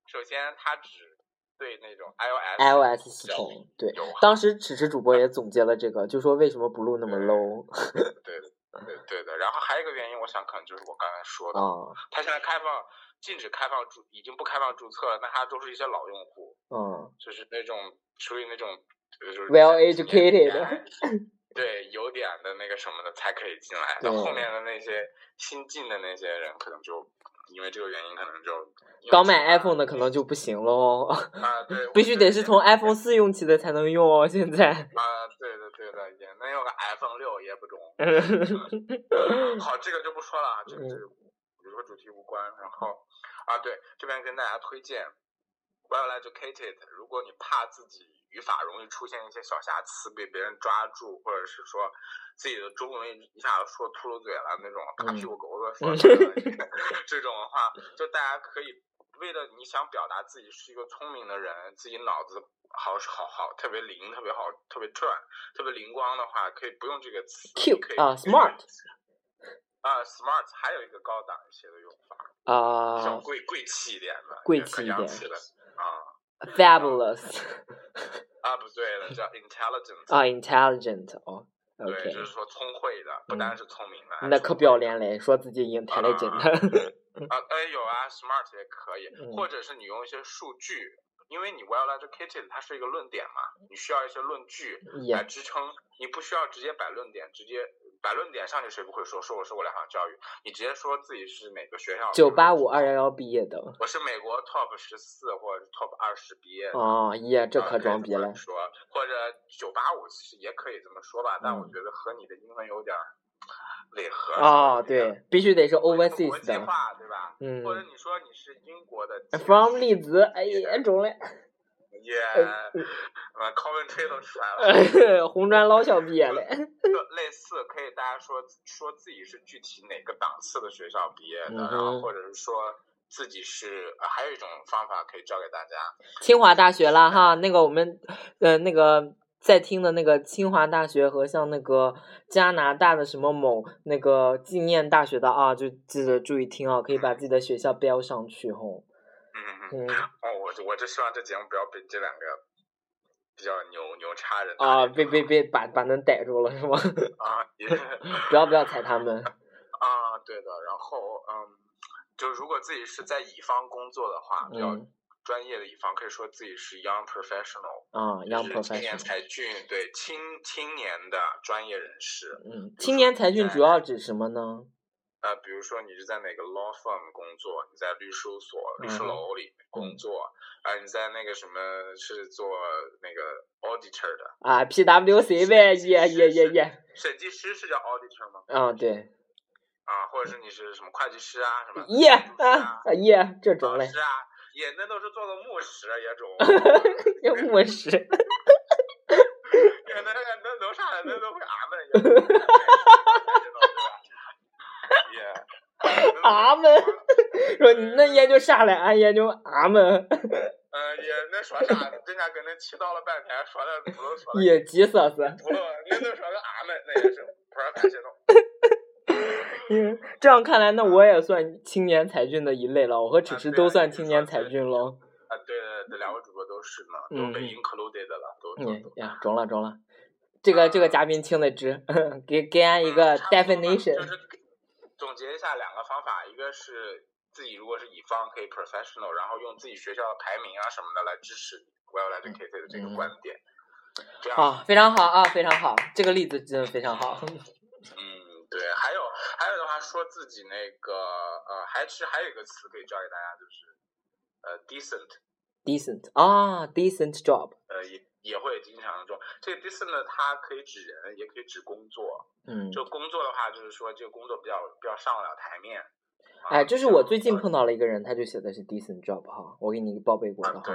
[SPEAKER 4] 首先，它只对那种 iOS
[SPEAKER 3] iOS 系
[SPEAKER 4] 比较
[SPEAKER 3] 统，对
[SPEAKER 4] 友好，
[SPEAKER 3] 当时迟迟主播也总结了这个，就说为什么不录那么
[SPEAKER 4] 对
[SPEAKER 3] low
[SPEAKER 4] 对的对对的。然后还有一个原因，我想可能就是我刚才说的，
[SPEAKER 3] 啊？
[SPEAKER 4] 他现在开放禁止开放注，已经不开放注册了，那他都是一些老用户，
[SPEAKER 3] 嗯，
[SPEAKER 4] 就是那种属于那种呃就是
[SPEAKER 3] Well
[SPEAKER 4] 几年
[SPEAKER 3] educated
[SPEAKER 4] 前 <laughs> 对有点的那个什么的才可以进来，
[SPEAKER 3] 对
[SPEAKER 4] 到后面的那些新进的那些人，可能就因为这个原因，可能就
[SPEAKER 3] 刚买 iPhone 的可能就不行喽，
[SPEAKER 4] 啊，对，
[SPEAKER 3] 必须得是从 iPhone
[SPEAKER 4] 四
[SPEAKER 3] 四用起的才能用哦。现
[SPEAKER 4] <laughs>
[SPEAKER 3] 在，
[SPEAKER 4] 啊，对的对的，也能有个 iPhone 六也不中。好，这个就不说了，啊，这个
[SPEAKER 3] 嗯
[SPEAKER 4] 这个与这个主题无关。然后啊，对，这边跟大家推荐 Well Educated，如果你怕自己语法容易出现一些小瑕疵被别人抓住，或者是说自己的中文一下子说秃噜嘴了那种打屁股狗子说出来的这种的话，就大家可以为了你想表达自己是一个聪明的人，自己脑子好好好特别灵，特别好，特别转，特别灵光的话，可以不用这个词
[SPEAKER 3] Cute，
[SPEAKER 4] 可以
[SPEAKER 3] 啊
[SPEAKER 4] 可以
[SPEAKER 3] ，smart
[SPEAKER 4] 啊，smart 还有一个高档一些的用法，这种
[SPEAKER 3] 啊
[SPEAKER 4] 贵贵气一点的，
[SPEAKER 3] 贵
[SPEAKER 4] 也
[SPEAKER 3] 气
[SPEAKER 4] 很
[SPEAKER 3] 一
[SPEAKER 4] 洋
[SPEAKER 3] 点
[SPEAKER 4] 气的啊
[SPEAKER 3] ，fabulous
[SPEAKER 4] 啊，不对了，叫
[SPEAKER 3] <laughs>
[SPEAKER 4] intelligent
[SPEAKER 3] 啊，intelligent 哦
[SPEAKER 4] 对，就
[SPEAKER 3] ，OK，嗯
[SPEAKER 4] 是说聪慧的，不单是聪明的，还
[SPEAKER 3] 那
[SPEAKER 4] 是
[SPEAKER 3] 可
[SPEAKER 4] 聪
[SPEAKER 3] 不要
[SPEAKER 4] 慧的
[SPEAKER 3] 脸嘞，说自己 intelligent，
[SPEAKER 4] 啊，哎，有啊，smart 也可以，
[SPEAKER 3] 嗯
[SPEAKER 4] 或者是你用一些数据，因为你 well educated 它是一个论点嘛，你需要一些论据来
[SPEAKER 3] 也
[SPEAKER 4] 支撑，你不需要直接摆论点，直接摆论点上去谁不会说，说我受过两项教育，你直接说自己是哪个学校，
[SPEAKER 3] 九八五二幺幺毕业的
[SPEAKER 4] 我是美国 top 十四或者 top 二十毕业的。
[SPEAKER 3] 哦，耶，这
[SPEAKER 4] 啊
[SPEAKER 3] 可装逼
[SPEAKER 4] 这
[SPEAKER 3] 了
[SPEAKER 4] 么。说，或者九八五其实也可以这么说吧，但我
[SPEAKER 3] 嗯
[SPEAKER 4] 觉得和你的英文有点儿违和。
[SPEAKER 3] 哦，
[SPEAKER 4] 啊
[SPEAKER 3] 对，必须得是
[SPEAKER 4] 国国
[SPEAKER 3] overseas
[SPEAKER 4] 际
[SPEAKER 3] 的，
[SPEAKER 4] 化对吧？
[SPEAKER 3] 嗯
[SPEAKER 4] 或者你说你是英国的
[SPEAKER 3] ，from 栗子，嗯哎呀，中嘞， <laughs>
[SPEAKER 4] 也，呃，Coventry 都出
[SPEAKER 3] <laughs>
[SPEAKER 4] 来了，
[SPEAKER 3] 红砖老小毕业嘞， <laughs>
[SPEAKER 4] 就类似可以大家说说自己是具体哪个档次的学校毕业的，
[SPEAKER 3] 嗯哼
[SPEAKER 4] 然后或者是说自己是，呃还有一种方法可以教给大家，
[SPEAKER 3] 清华大学啦哈，那个我们，呃，那个在听的那个清华大学和像那个加拿大的什么某那个纪念大学的啊，就记得注意听啊，可以把自己的学校标上去吼。
[SPEAKER 4] 嗯嗯嗯，
[SPEAKER 3] 嗯
[SPEAKER 4] 哦，我就我就希望这节目不要被这两个比较牛牛叉人
[SPEAKER 3] 啊，
[SPEAKER 4] 打脸
[SPEAKER 3] 别别别，把把能逮住了是吗？
[SPEAKER 4] <laughs>
[SPEAKER 3] <laughs>
[SPEAKER 4] 啊，也
[SPEAKER 3] 不要不要踩他
[SPEAKER 4] <laughs>
[SPEAKER 3] 们。
[SPEAKER 4] 啊，对的，然后嗯，就如果自己是在乙方工作的话，比较
[SPEAKER 3] 嗯
[SPEAKER 4] 专业的乙方，可以说自己是 young professional。
[SPEAKER 3] 啊
[SPEAKER 4] 就
[SPEAKER 3] ，Young
[SPEAKER 4] 是青
[SPEAKER 3] Professional，
[SPEAKER 4] 年才俊，对青青年的专业人士，
[SPEAKER 3] 嗯，青年才俊主要指什么呢？
[SPEAKER 4] 呃，比如说你是在哪个 law firm 工作，你在律事务所、律
[SPEAKER 3] 嗯
[SPEAKER 4] 师
[SPEAKER 3] 哼
[SPEAKER 4] 楼里面工作，啊、你在那个什么是做那个 auditor 的，
[SPEAKER 3] 啊，PWC
[SPEAKER 4] <laughs>
[SPEAKER 3] 呗，耶耶耶耶，
[SPEAKER 4] 审计师是叫 auditor 吗？
[SPEAKER 3] 啊，对，
[SPEAKER 4] 啊，或者是你是什么会计师啊，什么
[SPEAKER 3] 耶
[SPEAKER 4] 建筑
[SPEAKER 3] <laughs>
[SPEAKER 4] 师
[SPEAKER 3] 啊啊耶，这种
[SPEAKER 4] 老
[SPEAKER 3] 嘞，
[SPEAKER 4] 师啊，也那都是做的牧师啊
[SPEAKER 3] <laughs>
[SPEAKER 4] 也种，
[SPEAKER 3] 又不是。
[SPEAKER 4] 也那那那楼上的那都会俺们也知道对吧？也。
[SPEAKER 3] 俺们说你那研究啥嘞？俺研究俺们
[SPEAKER 4] <laughs> 呃，也那说啥，人家跟那气叨了半天，说的不都说的，
[SPEAKER 3] 也急死死。
[SPEAKER 4] 不都那都说个俺们，那也是不是感谢到。
[SPEAKER 3] 嗯这样看来，那我也算青年才俊的一类了。我和迟
[SPEAKER 4] 啊
[SPEAKER 3] 迟
[SPEAKER 4] 对
[SPEAKER 3] 都
[SPEAKER 4] 啊
[SPEAKER 3] 算
[SPEAKER 4] 你
[SPEAKER 3] 青
[SPEAKER 4] 说
[SPEAKER 3] 年
[SPEAKER 4] 对
[SPEAKER 3] 才俊喽。
[SPEAKER 4] 啊，对对对，两位主播都是嘛，
[SPEAKER 3] 嗯
[SPEAKER 4] 都被 included 了，都都
[SPEAKER 3] 嗯
[SPEAKER 4] 都。
[SPEAKER 3] 呀，中了中了。这个这个嘉宾听得知，给给俺一个
[SPEAKER 4] 嗯差不多吧就
[SPEAKER 3] definition。
[SPEAKER 4] 是总结一下两个方法，一个是自己如果是乙方可以 professional，然后用自己学校的排名啊什么的来支持 well educated 的这个
[SPEAKER 3] 嗯
[SPEAKER 4] 观点。这样
[SPEAKER 3] 啊，非常好啊，非常好，这个例子真的非常好。
[SPEAKER 4] 嗯，对，还有还有的话，说自己那个呃，还其实还有一个词可以教给大家，就是呃，decent，
[SPEAKER 3] decent 啊，decent job。
[SPEAKER 4] 呃，也也会经常用。这个 decent 呢，它可以指人，也可以指工作。
[SPEAKER 3] 嗯，
[SPEAKER 4] 就工作的话，就是说这个工作比较比较上不了台面。啊
[SPEAKER 3] 哎，这是我最近
[SPEAKER 4] 呃
[SPEAKER 3] 碰到了一个人，他就写的是 decent job 哈，我给你报备过的
[SPEAKER 4] 啊，
[SPEAKER 3] 哈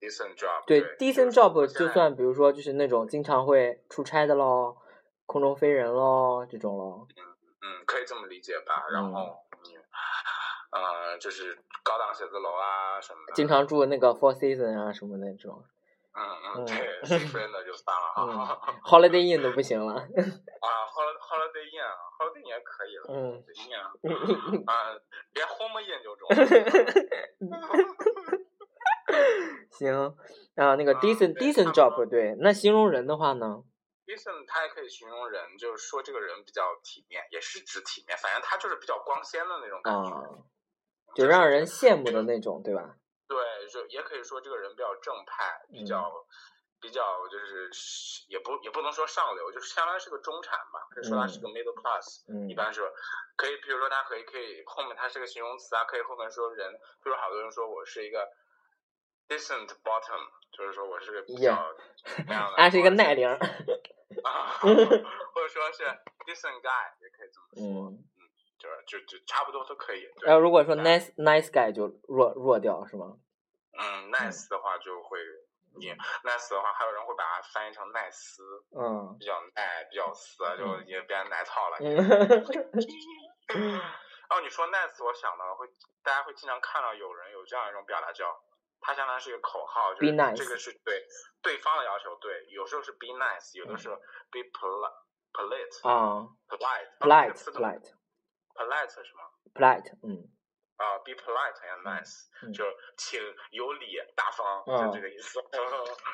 [SPEAKER 4] 对。，decent job，
[SPEAKER 3] 对
[SPEAKER 4] 就是
[SPEAKER 3] ，decent
[SPEAKER 4] 说我
[SPEAKER 3] job
[SPEAKER 4] 现
[SPEAKER 3] 就
[SPEAKER 4] 在
[SPEAKER 3] 算比如说就是那种经常会出差的喽，空中飞人喽这种喽。
[SPEAKER 4] 嗯，可以这么理解吧。然
[SPEAKER 3] 嗯
[SPEAKER 4] 后，嗯，呃，就是高档写字楼啊什么的，
[SPEAKER 3] 经常住那个 Four Season 啊什么的这种
[SPEAKER 4] 嗯
[SPEAKER 3] 嗯
[SPEAKER 4] 嗯，对，是 friend 的就算了啊。
[SPEAKER 3] ，Holiday Inn 都不行了。 <laughs>
[SPEAKER 4] 啊，Hol-，Holiday Inn，Holiday Inn 也可以了。
[SPEAKER 3] 嗯
[SPEAKER 4] Holiday
[SPEAKER 3] <laughs>
[SPEAKER 4] Inn 啊，连 Home Inn 就中了。
[SPEAKER 3] 行，啊，那个
[SPEAKER 4] 啊
[SPEAKER 3] decent
[SPEAKER 4] 对
[SPEAKER 3] decent
[SPEAKER 4] 差不
[SPEAKER 3] job
[SPEAKER 4] 多
[SPEAKER 3] 对，那形容人的话呢？
[SPEAKER 4] Decent，它也可以形容人，就是说这个人比较体面，也是指体面，反正他就是比较光鲜的那种感
[SPEAKER 3] 啊
[SPEAKER 4] 觉。，
[SPEAKER 3] 就让人羡慕的那种，对吧？嗯
[SPEAKER 4] 对，就也可以说这个人比较正派，比较比较就是也不也不能说上流，就是相当于是个中产吧，可以说它是个 middle class、
[SPEAKER 3] 嗯
[SPEAKER 4] 一般说可以，比如说它可以可以后面它是个形容词啊，可以后面说人，比如好多人说我是一个 decent bottom，就是说我是个比较
[SPEAKER 3] Yeah
[SPEAKER 4] 那样的，
[SPEAKER 3] 啊，是一个奈龄儿。
[SPEAKER 4] 啊， <laughs> 或者说是 decent guy 也可以这么说，
[SPEAKER 3] 嗯，
[SPEAKER 4] 就是就就差不多都
[SPEAKER 3] <laughs>
[SPEAKER 4] 可以。对
[SPEAKER 3] 然后如果说
[SPEAKER 4] 嗯
[SPEAKER 3] nice nice guy 就弱弱掉是吗？
[SPEAKER 4] 嗯，nice 的话就会，你 nice 的话，还有人会把它翻译成奈斯，
[SPEAKER 3] 嗯
[SPEAKER 4] 比较耐，比较斯，就
[SPEAKER 3] 嗯
[SPEAKER 4] 也变奶套了。
[SPEAKER 3] 嗯
[SPEAKER 4] 哦，你说 nice，我想到了，会大家会经常看到有人有这样一种表达叫，它相当于是一个口号，就
[SPEAKER 3] Be
[SPEAKER 4] 是
[SPEAKER 3] nice
[SPEAKER 4] 这个是对对方的要求，对，有时候是 be nice，有的时候 be polite。polite
[SPEAKER 3] 嗯 <laughs> 啊
[SPEAKER 4] polite 啊这个
[SPEAKER 3] ，polite polite
[SPEAKER 4] 词怎么 polite 是吗？
[SPEAKER 3] polite，嗯
[SPEAKER 4] 啊，be polite and nice，
[SPEAKER 3] 嗯
[SPEAKER 4] 就是请有礼大方，
[SPEAKER 3] 嗯
[SPEAKER 4] 就这个意思。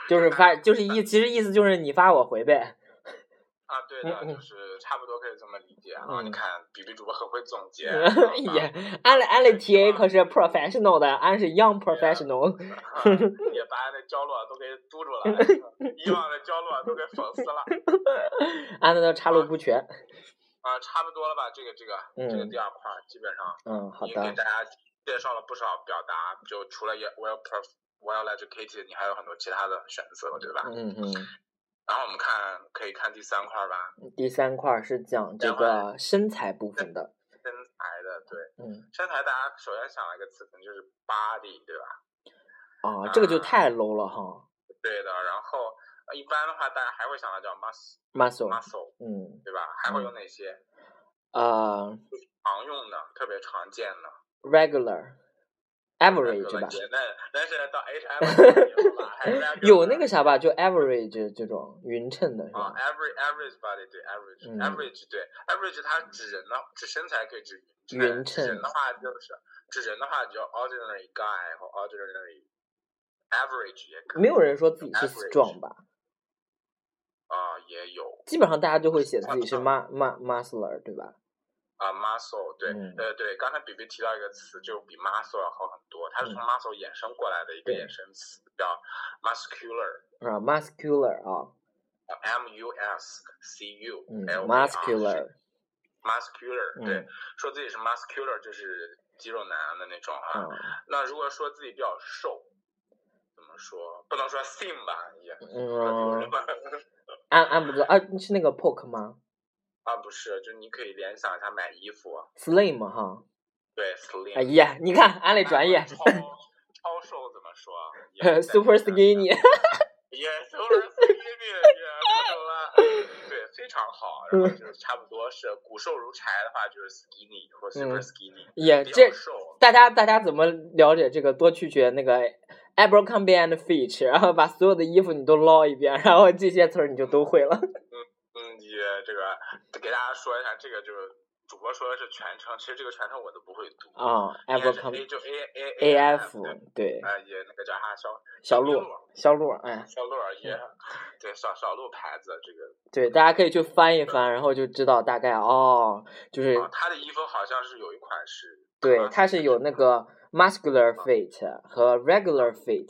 [SPEAKER 3] 就是发就是意其实意思就是你发我回呗。
[SPEAKER 4] 啊，对的，
[SPEAKER 3] 嗯嗯
[SPEAKER 4] 就是差不多可以这么理解啊。
[SPEAKER 3] 嗯
[SPEAKER 4] 你看，比比主播很会总结。
[SPEAKER 3] <laughs> 也，安利安利 TA 可啊是 professional 的，安是 young professional。 <laughs>
[SPEAKER 4] 啊嗯也把那角落都给堵住了，以往的角落都给封死了。
[SPEAKER 3] 安的都岔路不全。
[SPEAKER 4] 啊，差不多了吧？这个这个这个
[SPEAKER 3] 嗯
[SPEAKER 4] 第二块儿基本上
[SPEAKER 3] 嗯，好
[SPEAKER 4] 已经给
[SPEAKER 3] 的，
[SPEAKER 4] 大家介绍了不少表达，就除了也 well prof well educated，你还有很多其他的选择，对吧？
[SPEAKER 3] 嗯嗯，
[SPEAKER 4] 然后我们看可以看第三块儿吧，
[SPEAKER 3] 第三块是讲这个身材部分的。
[SPEAKER 4] 身材的对
[SPEAKER 3] 嗯
[SPEAKER 4] 身材，大家首先想了一个词可能就是 body，对吧？
[SPEAKER 3] 啊，这个就太 low 了哈
[SPEAKER 4] 对的，然后呃一般的话，大家还会想到叫 muscle
[SPEAKER 3] ，muscle。
[SPEAKER 4] muscle，
[SPEAKER 3] 嗯
[SPEAKER 4] 对吧？还会有哪些
[SPEAKER 3] 呃
[SPEAKER 4] 常用的、特别常见的？
[SPEAKER 3] ，regular，average 吧，
[SPEAKER 4] 那那是
[SPEAKER 3] <laughs>
[SPEAKER 4] 到 HM 了还是 regular
[SPEAKER 3] 有那个啥吧，就 average 这种匀称的是
[SPEAKER 4] 啊
[SPEAKER 3] 吧？
[SPEAKER 4] ，average average body 对 average、
[SPEAKER 3] 嗯
[SPEAKER 4] average 对 average 它指人呢，指身材可以指
[SPEAKER 3] 匀
[SPEAKER 4] 人，
[SPEAKER 3] 称
[SPEAKER 4] 指人的话就是指人的话叫 ordinary guy 或 ordinary average 也可以
[SPEAKER 3] 没有人说自己是
[SPEAKER 4] Average
[SPEAKER 3] strong 吧？
[SPEAKER 4] 啊、也有
[SPEAKER 3] 基本上大家就会写自己是
[SPEAKER 4] Muscle
[SPEAKER 3] mu mu muscular 对吧？
[SPEAKER 4] 啊、muscle 对、
[SPEAKER 3] 嗯
[SPEAKER 4] 呃对，刚才比比提到一个词，就比 muscle 要好很多，它是从
[SPEAKER 3] 嗯
[SPEAKER 4] muscle 衍生过来的一个
[SPEAKER 3] 对
[SPEAKER 4] 衍生词，叫 muscular。
[SPEAKER 3] 啊，muscular 啊，
[SPEAKER 4] M U S C U
[SPEAKER 3] 嗯
[SPEAKER 4] L A R
[SPEAKER 3] ，muscular，
[SPEAKER 4] muscular 对
[SPEAKER 3] 嗯，
[SPEAKER 4] 说自己是 muscular 就是肌肉男的那种啊。
[SPEAKER 3] 啊，
[SPEAKER 4] 那如果说自己比较瘦，怎么说？不能说 thin 吧，也
[SPEAKER 3] 嗯，安安不知道啊，是那个 poke 吗
[SPEAKER 4] <laughs> 啊不是，就你可以联想一下买衣服，啊
[SPEAKER 3] ？slim 哈，
[SPEAKER 4] 对
[SPEAKER 3] 哎
[SPEAKER 4] slim，
[SPEAKER 3] 呀，你看安
[SPEAKER 4] 哎
[SPEAKER 3] 磊专业
[SPEAKER 4] 超超瘦怎么说啊
[SPEAKER 3] <laughs> ，super skinny， <laughs>
[SPEAKER 4] ，yes super skinny，也懂了，对，非常好。然
[SPEAKER 3] 嗯
[SPEAKER 4] 后就是差不多是骨瘦如柴的话，就是 skinny 或 super
[SPEAKER 3] 嗯
[SPEAKER 4] skinny，
[SPEAKER 3] <laughs> 也
[SPEAKER 4] 比
[SPEAKER 3] 这
[SPEAKER 4] 较瘦。
[SPEAKER 3] 大家大家怎么了解这个？多去学那个 Abercrombie and Fitch，然后把所有的衣服你都捞一遍，然后这些词儿你就都会了。
[SPEAKER 4] 嗯，也这个给大家说一下，这个就是主播说的是全称，其实这个全称我都不会读，
[SPEAKER 3] 啊
[SPEAKER 4] 应该是 A
[SPEAKER 3] ，Abercrombie
[SPEAKER 4] 就 A A
[SPEAKER 3] A
[SPEAKER 4] F，
[SPEAKER 3] F
[SPEAKER 4] 对
[SPEAKER 3] 对，
[SPEAKER 4] 呃，也那个叫啥小
[SPEAKER 3] 小鹿小鹿，哎，
[SPEAKER 4] 小鹿儿也对小小鹿牌子这个，
[SPEAKER 3] 对，大家可以去翻一翻，然后就知道大概哦，就是
[SPEAKER 4] 啊，他的衣服好像是有一款是，
[SPEAKER 3] 对，它是有那个 muscular fit 和 regular fit，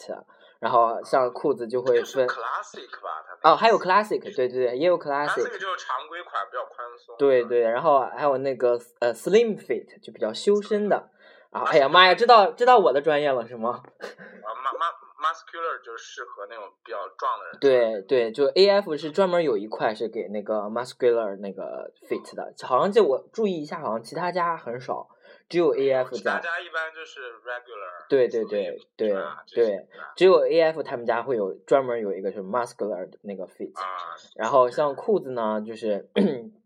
[SPEAKER 3] 然后像裤子就会
[SPEAKER 4] 就是啊
[SPEAKER 3] 分
[SPEAKER 4] classic 吧，他
[SPEAKER 3] 哦，还有 classic，对对对，也有
[SPEAKER 4] classic
[SPEAKER 3] classic，
[SPEAKER 4] 就是常规款，比较宽松，
[SPEAKER 3] 对
[SPEAKER 4] 嗯，
[SPEAKER 3] 对，然后还有那个呃 slim fit 就比较修身的。啊，哎呀妈呀，知道知道我的专业了是吗？ <laughs>
[SPEAKER 4] 啊，ma ma muscular 就是适合那种比较壮的人，
[SPEAKER 3] 对对，就 A F 是专门有一块是给那个 muscular 那个 fit 的，好像这我注意一下，好像其他家很少，只有 A F
[SPEAKER 4] 啊其他
[SPEAKER 3] 家，
[SPEAKER 4] 家一般就是 regular，
[SPEAKER 3] 对对对对
[SPEAKER 4] 是吧这些
[SPEAKER 3] 对，只有 A F 他们家会有专门有一个是 muscular 的那个 fit，
[SPEAKER 4] 啊，
[SPEAKER 3] 然后像裤子呢，就是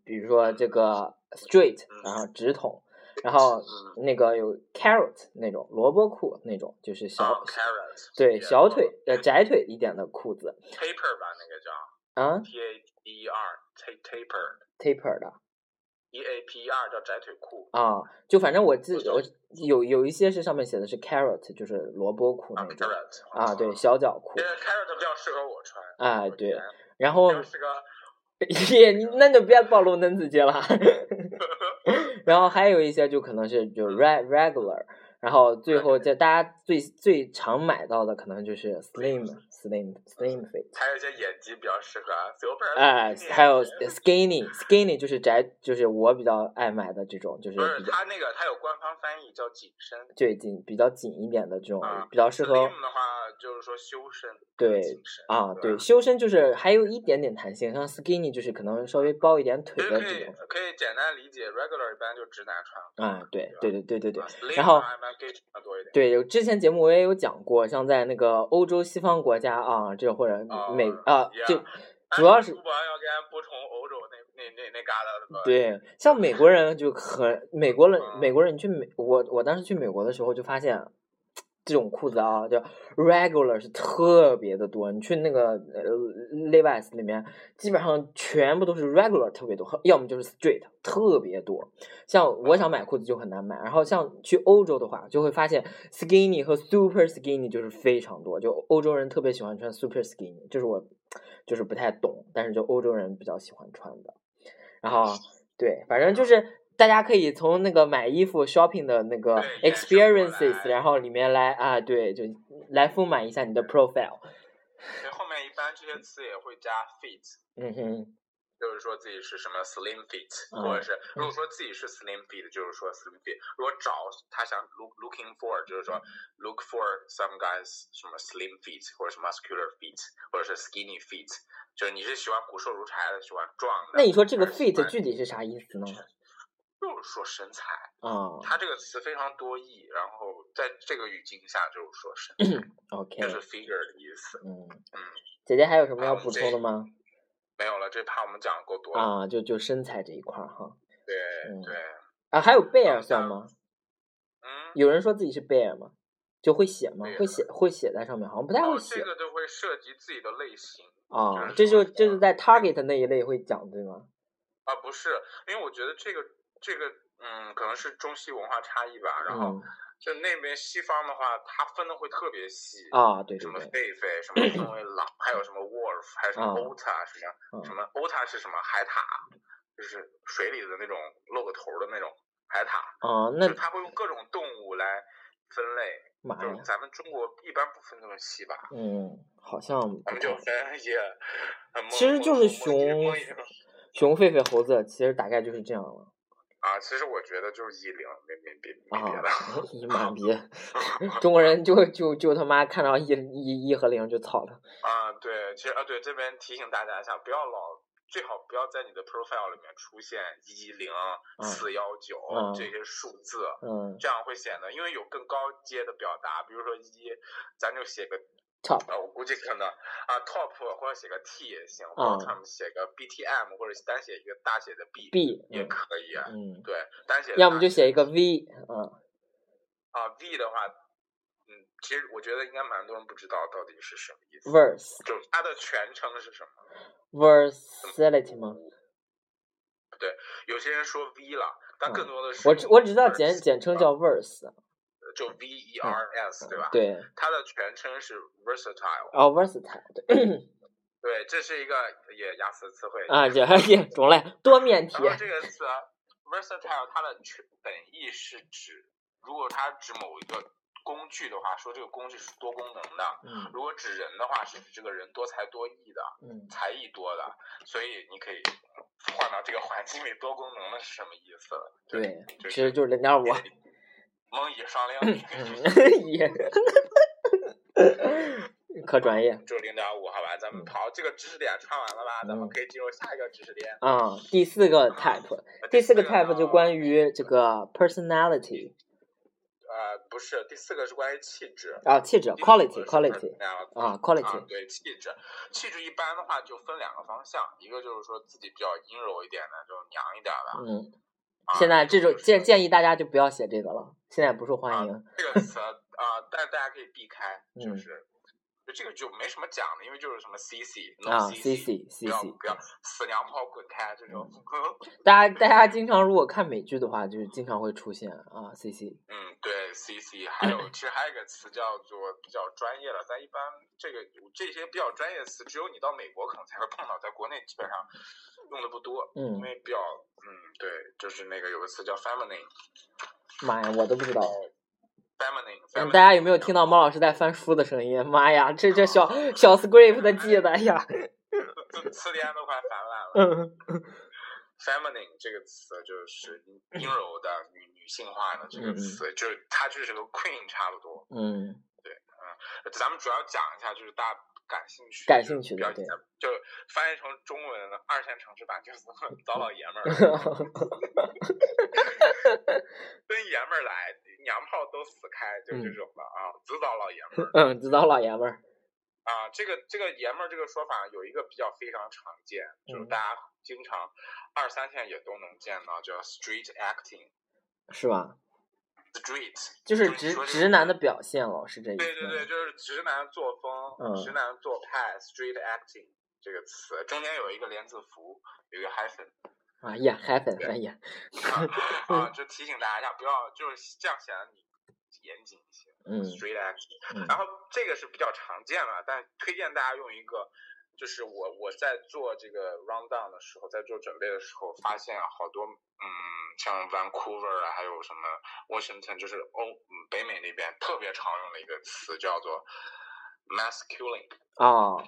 [SPEAKER 3] 比如说这个 straight，然后直筒，然后
[SPEAKER 4] 嗯。
[SPEAKER 3] 那个有 carrot 那种萝卜裤那种，就是小
[SPEAKER 4] 啊 carrot，啊嗯
[SPEAKER 3] 对
[SPEAKER 4] 也
[SPEAKER 3] 小
[SPEAKER 4] 叫
[SPEAKER 3] 腿呃窄腿一点的裤子
[SPEAKER 4] taper 吧，那个叫
[SPEAKER 3] 啊
[SPEAKER 4] T A P E R ta- taper
[SPEAKER 3] taper 的
[SPEAKER 4] E A P E R 叫窄腿裤
[SPEAKER 3] 啊，就反正我记
[SPEAKER 4] 不是
[SPEAKER 3] 我有有一些是上面写的是 carrot，就是萝卜裤
[SPEAKER 4] 啊
[SPEAKER 3] 那种
[SPEAKER 4] ，carrot 哦
[SPEAKER 3] 啊，对小脚裤
[SPEAKER 4] 其实，carrot 比较适合我穿，
[SPEAKER 3] 哎
[SPEAKER 4] 我
[SPEAKER 3] 对
[SPEAKER 4] 觉，得
[SPEAKER 3] 然后
[SPEAKER 4] 比较适
[SPEAKER 3] <laughs>
[SPEAKER 4] 合
[SPEAKER 3] 耶，你那就别暴露 <laughs> 嫩子姐了。然后还有一些就可能是就 re regular，然后最后就大家最最常买到的可能就是 slim slim slim fit，
[SPEAKER 4] 还有一些眼肌比较适合，啊所以我本来
[SPEAKER 3] 哎、还有
[SPEAKER 4] 不
[SPEAKER 3] skinny skinny 就是宅，就是我比较爱买的这种，就是
[SPEAKER 4] 是
[SPEAKER 3] 比较
[SPEAKER 4] 它那个它有官方翻译叫紧身，
[SPEAKER 3] 对紧比较紧一点的这种
[SPEAKER 4] 啊，
[SPEAKER 3] 比较适合
[SPEAKER 4] slim 的话就是说修身，
[SPEAKER 3] 对
[SPEAKER 4] 紧身
[SPEAKER 3] 啊，对，
[SPEAKER 4] 吧
[SPEAKER 3] 修身就是还有一点点弹性，像 skinny 就是可能稍微包一点
[SPEAKER 4] 其
[SPEAKER 3] 腿
[SPEAKER 4] 实
[SPEAKER 3] 的
[SPEAKER 4] 可
[SPEAKER 3] 这
[SPEAKER 4] 以
[SPEAKER 3] 种，
[SPEAKER 4] 可以简单理解，regular 一般就直男穿，
[SPEAKER 3] 啊，对对对对对对
[SPEAKER 4] 啊，slim
[SPEAKER 3] 然后
[SPEAKER 4] 的话一般 gay 穿的多一点，
[SPEAKER 3] 对，有之前节目我也有讲过，像在那个欧洲西方国家啊，这或者
[SPEAKER 4] 啊
[SPEAKER 3] 美啊，这
[SPEAKER 4] yeah
[SPEAKER 3] 主要是
[SPEAKER 4] 不光要给俺补充欧洲那那那那旮旯的吧，
[SPEAKER 3] 对，像美国人就很美国人
[SPEAKER 4] 啊，
[SPEAKER 3] 美国人你去美，我我当时去美国的时候就发现，这种裤子啊，就 regular 是特别的多。你去那个呃 Levi's 里面，基本上全部都是 regular 特别多，要么就是 straight 特别多。像我想买裤子就很难买，然后像去欧洲的话，就会发现 skinny 和 super skinny 就是非常多，就欧洲人特别喜欢穿 super skinny，就是我就是不太懂，但是就欧洲人比较喜欢穿的。然后对，反正就是大家可以从那个买衣服 shopping 的那个
[SPEAKER 4] 对衍生过来
[SPEAKER 3] experiences，然后里面来啊，对，就来丰满一下你的 profile。
[SPEAKER 4] 所以后面一般这些词也会加 fit，
[SPEAKER 3] 嗯哼，
[SPEAKER 4] 就是说自己是什么 slim fit，、
[SPEAKER 3] 嗯
[SPEAKER 4] 或者是如果说自己是 slim fit，就是说 slim fit。如果找他想 look looking for，就是
[SPEAKER 3] 嗯
[SPEAKER 4] 说 look for some guys 什么 slim fit 或者是 muscular fit 或者是 skinny fit，就是你是喜欢骨瘦如柴的，喜欢壮的。
[SPEAKER 3] 那你说这个
[SPEAKER 4] 还是喜
[SPEAKER 3] fit
[SPEAKER 4] 欢
[SPEAKER 3] 具体是啥意思呢？
[SPEAKER 4] 就是说身材，
[SPEAKER 3] 啊
[SPEAKER 4] 它这个词非常多义，然后在这个语境下就是说身材，
[SPEAKER 3] ，OK，
[SPEAKER 4] 就是 figure 的意思。
[SPEAKER 3] 嗯，姐姐还有什么要补充的吗？
[SPEAKER 4] 没有了，这怕我们讲的够多了。
[SPEAKER 3] 啊，就就身材这一块儿哈。
[SPEAKER 4] 对
[SPEAKER 3] 嗯
[SPEAKER 4] 对，
[SPEAKER 3] 啊，还有贝尔算吗？
[SPEAKER 4] 嗯。
[SPEAKER 3] 有人说自己是贝尔吗？就会写吗
[SPEAKER 4] 贝？尔
[SPEAKER 3] 会写会写在上面，好像不太
[SPEAKER 4] 然
[SPEAKER 3] 会
[SPEAKER 4] 后
[SPEAKER 3] 写
[SPEAKER 4] 这个就会涉及自己的类型
[SPEAKER 3] 啊。这
[SPEAKER 4] 就
[SPEAKER 3] 就
[SPEAKER 4] 是说
[SPEAKER 3] 这是在 target 那一类会讲对吗？
[SPEAKER 4] 啊，不是，因为我觉得这个这个嗯，可能是中西文化差异吧。然后
[SPEAKER 3] 嗯
[SPEAKER 4] 就那边西方的话，它分的会特别细，
[SPEAKER 3] 啊，对
[SPEAKER 4] 什
[SPEAKER 3] 对
[SPEAKER 4] 么
[SPEAKER 3] 对，
[SPEAKER 4] 狒狒，什么中卫狼，还有什么 wolf，还有什么
[SPEAKER 3] 啊
[SPEAKER 4] ota，什么
[SPEAKER 3] 嗯
[SPEAKER 4] 什么 ota 是什么海獭，就是水里的那种露个头的那种海獭，
[SPEAKER 3] 啊，
[SPEAKER 4] 就
[SPEAKER 3] 那
[SPEAKER 4] 是它会用各种动物来分类。
[SPEAKER 3] 妈
[SPEAKER 4] 就
[SPEAKER 3] 呀
[SPEAKER 4] 是，咱们中国一般不分这么细吧？
[SPEAKER 3] 嗯，好像不
[SPEAKER 4] 咱们就
[SPEAKER 3] 太
[SPEAKER 4] 分一些，呃
[SPEAKER 3] 哦其实就是熊
[SPEAKER 4] 猫一种
[SPEAKER 3] 熊、狒狒、猴子，其实大概就是这样了
[SPEAKER 4] 啊。其实我觉得就是一零，没没别没 <laughs> 别
[SPEAKER 3] 啊 <laughs>
[SPEAKER 4] 的。。 <laughs>
[SPEAKER 3] 一妈逼，中国人就就就他妈看到一一一和零就操了。
[SPEAKER 4] 啊，对，其实啊，对，这边提醒大家一下，不要老，最好不要在你的 profile 里面出现一零、四幺九
[SPEAKER 3] 嗯
[SPEAKER 4] 这些数字， <laughs>
[SPEAKER 3] 嗯
[SPEAKER 4] 这样会显得，因为有更高阶的表达，比如说一，咱就写个
[SPEAKER 3] ，top
[SPEAKER 4] 啊，我估计可能啊 top 或者写个 T 也行，
[SPEAKER 3] 嗯
[SPEAKER 4] 或者他们写个 BTM 或者单写一个大写的 B
[SPEAKER 3] B，
[SPEAKER 4] 也
[SPEAKER 3] 嗯
[SPEAKER 4] 可以啊。
[SPEAKER 3] 嗯，
[SPEAKER 4] 对，单写
[SPEAKER 3] 要么就
[SPEAKER 4] 大
[SPEAKER 3] 写一个 V，嗯
[SPEAKER 4] 啊 V 的话，嗯，其实我觉得应该蛮多人不知道到底是什么意思。
[SPEAKER 3] ，verse
[SPEAKER 4] 就它的全称是什么？
[SPEAKER 3] versatility 吗？
[SPEAKER 4] 有些人说 V 了，但
[SPEAKER 3] 嗯
[SPEAKER 4] 更多的是
[SPEAKER 3] 我只我只知道
[SPEAKER 4] verse，
[SPEAKER 3] 简简称叫 verse，
[SPEAKER 4] 就 V E R S 啊对吧？，
[SPEAKER 3] 对，
[SPEAKER 4] 它的全称是 versatile。
[SPEAKER 3] 哦 versatile，对 <clears throat>
[SPEAKER 4] 对，这是一个也雅思词汇
[SPEAKER 3] 啊，也也中了，多面体
[SPEAKER 4] 然后这个词啊 versatile 它的全本意是指，如果它指某一个工具的话，说这个工具是多功能的；
[SPEAKER 3] 嗯
[SPEAKER 4] 如果指人的话，是指这个人多才多艺的，
[SPEAKER 3] 嗯
[SPEAKER 4] 才艺多的。所以你可以换到这个环境里，多功能的是什么意思？
[SPEAKER 3] 对，
[SPEAKER 4] 就
[SPEAKER 3] 其实就是零点五，
[SPEAKER 4] 蒙以上 <laughs> 量，
[SPEAKER 3] 嗯也，可专业。
[SPEAKER 4] 就零点五，好吧？
[SPEAKER 3] 嗯
[SPEAKER 4] 咱们好，这个知识点串完了吧？咱们可以进入下一个知识点。呃
[SPEAKER 3] 啊、第四个 type，第四个 type 就关于这个 personality
[SPEAKER 4] 呃，不是，第四个是关于气质。
[SPEAKER 3] 啊，气质
[SPEAKER 4] 第四个
[SPEAKER 3] quality
[SPEAKER 4] 是
[SPEAKER 3] quality
[SPEAKER 4] personality
[SPEAKER 3] 啊
[SPEAKER 4] 啊
[SPEAKER 3] quality，，
[SPEAKER 4] 对气质，气质一般的话就分两个方向，一个就是说自己比较阴柔一点的，就娘一点的。
[SPEAKER 3] 嗯，
[SPEAKER 4] 啊
[SPEAKER 3] 现在这种建
[SPEAKER 4] 这
[SPEAKER 3] 建议大家就不要写这个了，现在不
[SPEAKER 4] 啊
[SPEAKER 3] 受欢迎。<laughs>
[SPEAKER 4] 个词啊、但大家可以避开，就
[SPEAKER 3] 嗯
[SPEAKER 4] 是、就这个就没什么讲的，因为就是什么 CC no
[SPEAKER 3] 啊
[SPEAKER 4] CC,
[SPEAKER 3] ，CC
[SPEAKER 4] 不要
[SPEAKER 3] CC，
[SPEAKER 4] 不要死娘炮滚开这种。
[SPEAKER 3] 嗯大家大家经常如果看美剧的话，就是经常会出现啊 CC，
[SPEAKER 4] <laughs> 嗯，对，CC，还有其实还有一个词叫做比较专业的，咱一般这个这些比较专业的词，只有你到美国可能才会碰到，在国内基本上用的不多。因
[SPEAKER 3] 嗯，
[SPEAKER 4] 为比较，嗯，对，就是那个有个词叫 feminine，
[SPEAKER 3] 妈呀，我都不知道
[SPEAKER 4] 然后咱们
[SPEAKER 3] 嗯大家有没有听到猫老师在翻书的声音？妈呀，这这
[SPEAKER 4] 啊
[SPEAKER 3] 小小 script 记的哎
[SPEAKER 4] <laughs>
[SPEAKER 3] 呀， <laughs>
[SPEAKER 4] 字词典都快烦烂了。
[SPEAKER 3] 嗯
[SPEAKER 4] feminine 这个词就是
[SPEAKER 3] 嗯
[SPEAKER 4] 阴柔的、女女性化的这个词，就是它就是个 queen 差不多。
[SPEAKER 3] 嗯，
[SPEAKER 4] 咱们主要讲一下，就是大家感兴趣、
[SPEAKER 3] 感兴趣
[SPEAKER 4] 比较
[SPEAKER 3] 的对，
[SPEAKER 4] 就翻译成中文的二线城市版就是 <laughs> 糟老爷们儿，跟爷们儿来，娘炮都死开，就这种的啊，子早老爷们儿
[SPEAKER 3] 嗯，知道老爷们儿，
[SPEAKER 4] 啊。这个这个爷们儿这个说法有一个比较非常常见，就是
[SPEAKER 3] 嗯
[SPEAKER 4] 大家经常二三线也都能见到，叫 street acting。
[SPEAKER 3] 是吧？
[SPEAKER 4] street
[SPEAKER 3] 就是
[SPEAKER 4] 就是
[SPEAKER 3] 直
[SPEAKER 4] 说这个
[SPEAKER 3] 直男的表现了，是这意思
[SPEAKER 4] 对
[SPEAKER 3] 吗？
[SPEAKER 4] 对对，就是直男作风，
[SPEAKER 3] 嗯
[SPEAKER 4] 直男做派，street acting 这个词中间有一个连字符，有一
[SPEAKER 3] <laughs>
[SPEAKER 4] 个 hyphen
[SPEAKER 3] 啊呀，嗨粉，
[SPEAKER 4] 对
[SPEAKER 3] 哎
[SPEAKER 4] <laughs>
[SPEAKER 3] 呀，
[SPEAKER 4] 啊，就提醒大家一下，不要就是这样显得你严谨一些。
[SPEAKER 3] 嗯
[SPEAKER 4] street acting，、
[SPEAKER 3] 嗯
[SPEAKER 4] 然后这个是比较常见的，但推荐大家用一个。就是我我在做这个 round down 的时候，在做准备的时候，发现好多嗯，像 Vancouver 啊，还有什么 Washington，就是欧嗯北美那边特别常用的一个词叫做 masculine，
[SPEAKER 3] 哦，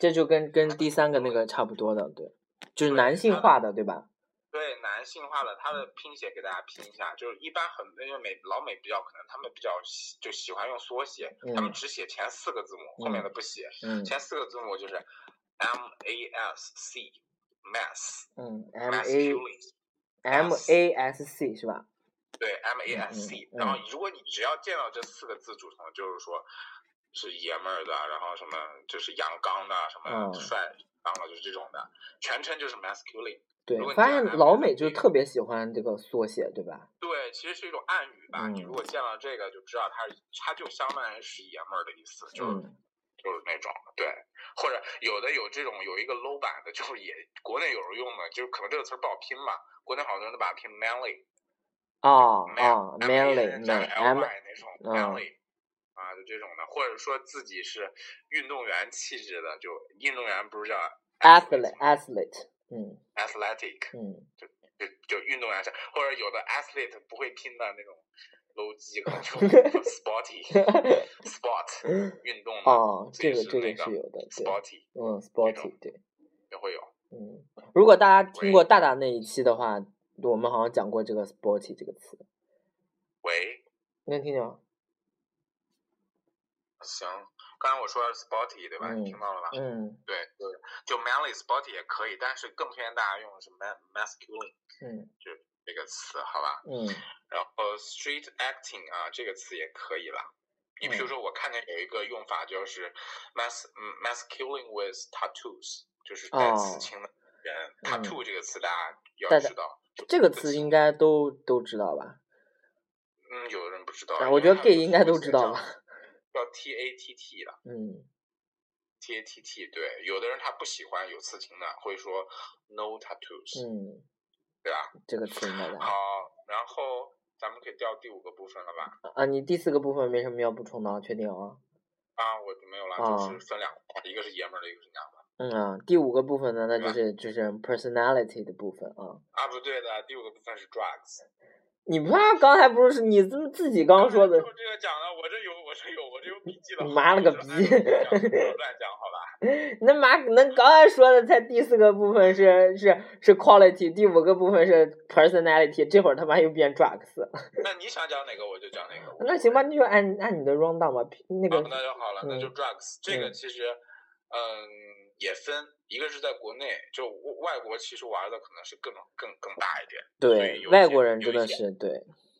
[SPEAKER 3] 这就跟跟第三个那个差不多的，对，就是
[SPEAKER 4] 对
[SPEAKER 3] 男性化的，对吧？
[SPEAKER 4] 对男性化的，它的拼写给大家拼一下，就是一般很因为美老美比较可能他们比较喜就喜欢用缩写，
[SPEAKER 3] 嗯
[SPEAKER 4] 他们只写前四个字母，后面的不写，
[SPEAKER 3] 嗯
[SPEAKER 4] 前四个字母就是 M A S C mass
[SPEAKER 3] 嗯
[SPEAKER 4] m
[SPEAKER 3] ，M
[SPEAKER 4] a s
[SPEAKER 3] A
[SPEAKER 4] c u l i n
[SPEAKER 3] M A S C 是吧？
[SPEAKER 4] 对 M A S C，、
[SPEAKER 3] 嗯嗯
[SPEAKER 4] 然后如果你只要见到这四个字组成，就是说是爷们儿的，然后什么就是阳刚的，什么
[SPEAKER 3] 嗯
[SPEAKER 4] 帅刚的，就是这种的，全称就是 masculine。
[SPEAKER 3] 对
[SPEAKER 4] 如果，你
[SPEAKER 3] 发
[SPEAKER 4] 讲
[SPEAKER 3] 现
[SPEAKER 4] 男
[SPEAKER 3] 老
[SPEAKER 4] 的
[SPEAKER 3] 美
[SPEAKER 4] 这
[SPEAKER 3] 就
[SPEAKER 4] 个
[SPEAKER 3] 特别喜欢这个缩写，对吧？
[SPEAKER 4] 对，其实是一种暗语吧。
[SPEAKER 3] 嗯
[SPEAKER 4] 你如果见到这个，就知道它是它就相当于是爷们儿的意思，就是、
[SPEAKER 3] 嗯
[SPEAKER 4] 就是那种对。或者有的有这种有一个 low 版的，就是也国内有人用的，就是可能这个词儿不好拼嘛，国内好多人都把它拼 manly，
[SPEAKER 3] 哦哦
[SPEAKER 4] man-
[SPEAKER 3] ，manly
[SPEAKER 4] man- 加
[SPEAKER 3] man
[SPEAKER 4] 个
[SPEAKER 3] M
[SPEAKER 4] ly 那种
[SPEAKER 3] 嗯
[SPEAKER 4] manly 啊，就这种的，或者说自己是运动员气质的，就运动员不是叫
[SPEAKER 3] athlete athlete，嗯
[SPEAKER 4] athletic，
[SPEAKER 3] 嗯 <laughs>
[SPEAKER 4] 就就运动员是，或者有的 athlete 不会拼的那种 low 级，可能就
[SPEAKER 3] <laughs>
[SPEAKER 4] sporty sport 运动的
[SPEAKER 3] 哦，
[SPEAKER 4] 自
[SPEAKER 3] 这
[SPEAKER 4] 己
[SPEAKER 3] 个
[SPEAKER 4] 是
[SPEAKER 3] 这
[SPEAKER 4] 那
[SPEAKER 3] 个
[SPEAKER 4] 个
[SPEAKER 3] 是有的，对，
[SPEAKER 4] sporty
[SPEAKER 3] 嗯，sporty 对。
[SPEAKER 4] 也会有。
[SPEAKER 3] 嗯，如果大家
[SPEAKER 4] 喂
[SPEAKER 3] 听过大大那一期的话，我们好像讲过这个 “sporty” 这个词，
[SPEAKER 4] 喂，
[SPEAKER 3] 你能听见吗？
[SPEAKER 4] 行，刚才我说的是 sporty 对吧？
[SPEAKER 3] 嗯
[SPEAKER 4] 你听到了吧？
[SPEAKER 3] 嗯
[SPEAKER 4] 对，就是就 manly sporty 也可以，但是更推荐大家用的是 man masculine
[SPEAKER 3] 嗯
[SPEAKER 4] 这个词，好吧？
[SPEAKER 3] 嗯
[SPEAKER 4] 然后 street acting 啊，这个词也可以啦。你比
[SPEAKER 3] 嗯
[SPEAKER 4] 如说，我看见有一个用法就是 mas 嗯 masculine with tattoos，就是
[SPEAKER 3] 哦
[SPEAKER 4] 带刺青的人。tattoo 这个词大家要
[SPEAKER 3] 但是
[SPEAKER 4] 知道，就
[SPEAKER 3] 嗯这个词应该都都知道吧？
[SPEAKER 4] 嗯，有的人不知道
[SPEAKER 3] 啊。我觉得 gay 应该都知道吧
[SPEAKER 4] 吧？叫 T A T T 了
[SPEAKER 3] 嗯
[SPEAKER 4] ，T A T T 对，有的人他不喜欢有刺青的，会说 no tattoos，、
[SPEAKER 3] 嗯，
[SPEAKER 4] 对吧？
[SPEAKER 3] 这个词应该大家
[SPEAKER 4] 好，然后咱们可以调第五个部分了吧？
[SPEAKER 3] 啊。你第四个部分没什么要补充的啊，确定啊？
[SPEAKER 4] 啊，我就没有了，
[SPEAKER 3] 啊
[SPEAKER 4] 就是分两个，一个是爷们儿的，一个是娘们儿。
[SPEAKER 3] 嗯啊，第五个部分呢，那就
[SPEAKER 4] 吧
[SPEAKER 3] 是就是 personality 的部分啊。
[SPEAKER 4] 啊，不对的，第五个部分是 drugs。
[SPEAKER 3] 你不是刚才不是你怎么自己刚说的
[SPEAKER 4] 就？这个讲的，我这有，我这有，我这有笔记的。
[SPEAKER 3] 你妈了个逼
[SPEAKER 4] 我就按照你
[SPEAKER 3] <laughs>
[SPEAKER 4] 讲乱讲好吧？
[SPEAKER 3] 那妈，那刚才说的才第四个部分是是是 quality，第五个部分是 personality，这会儿他妈又变 drugs。
[SPEAKER 4] 那你想讲哪个我就讲哪个。
[SPEAKER 3] <laughs> 那行吧，那就按按你的 round down 吧。那
[SPEAKER 4] 啊
[SPEAKER 3] 个，
[SPEAKER 4] 那就好了，那就
[SPEAKER 3] 嗯
[SPEAKER 4] drugs。这个
[SPEAKER 3] 嗯
[SPEAKER 4] 其实，嗯，也分，一个是在国内，就外国其实玩的可能是更更更大一点。所以
[SPEAKER 3] 对
[SPEAKER 4] 有一
[SPEAKER 3] 外
[SPEAKER 4] 些
[SPEAKER 3] 国人
[SPEAKER 4] 有
[SPEAKER 3] 真
[SPEAKER 4] 一
[SPEAKER 3] 的
[SPEAKER 4] 些
[SPEAKER 3] 是对，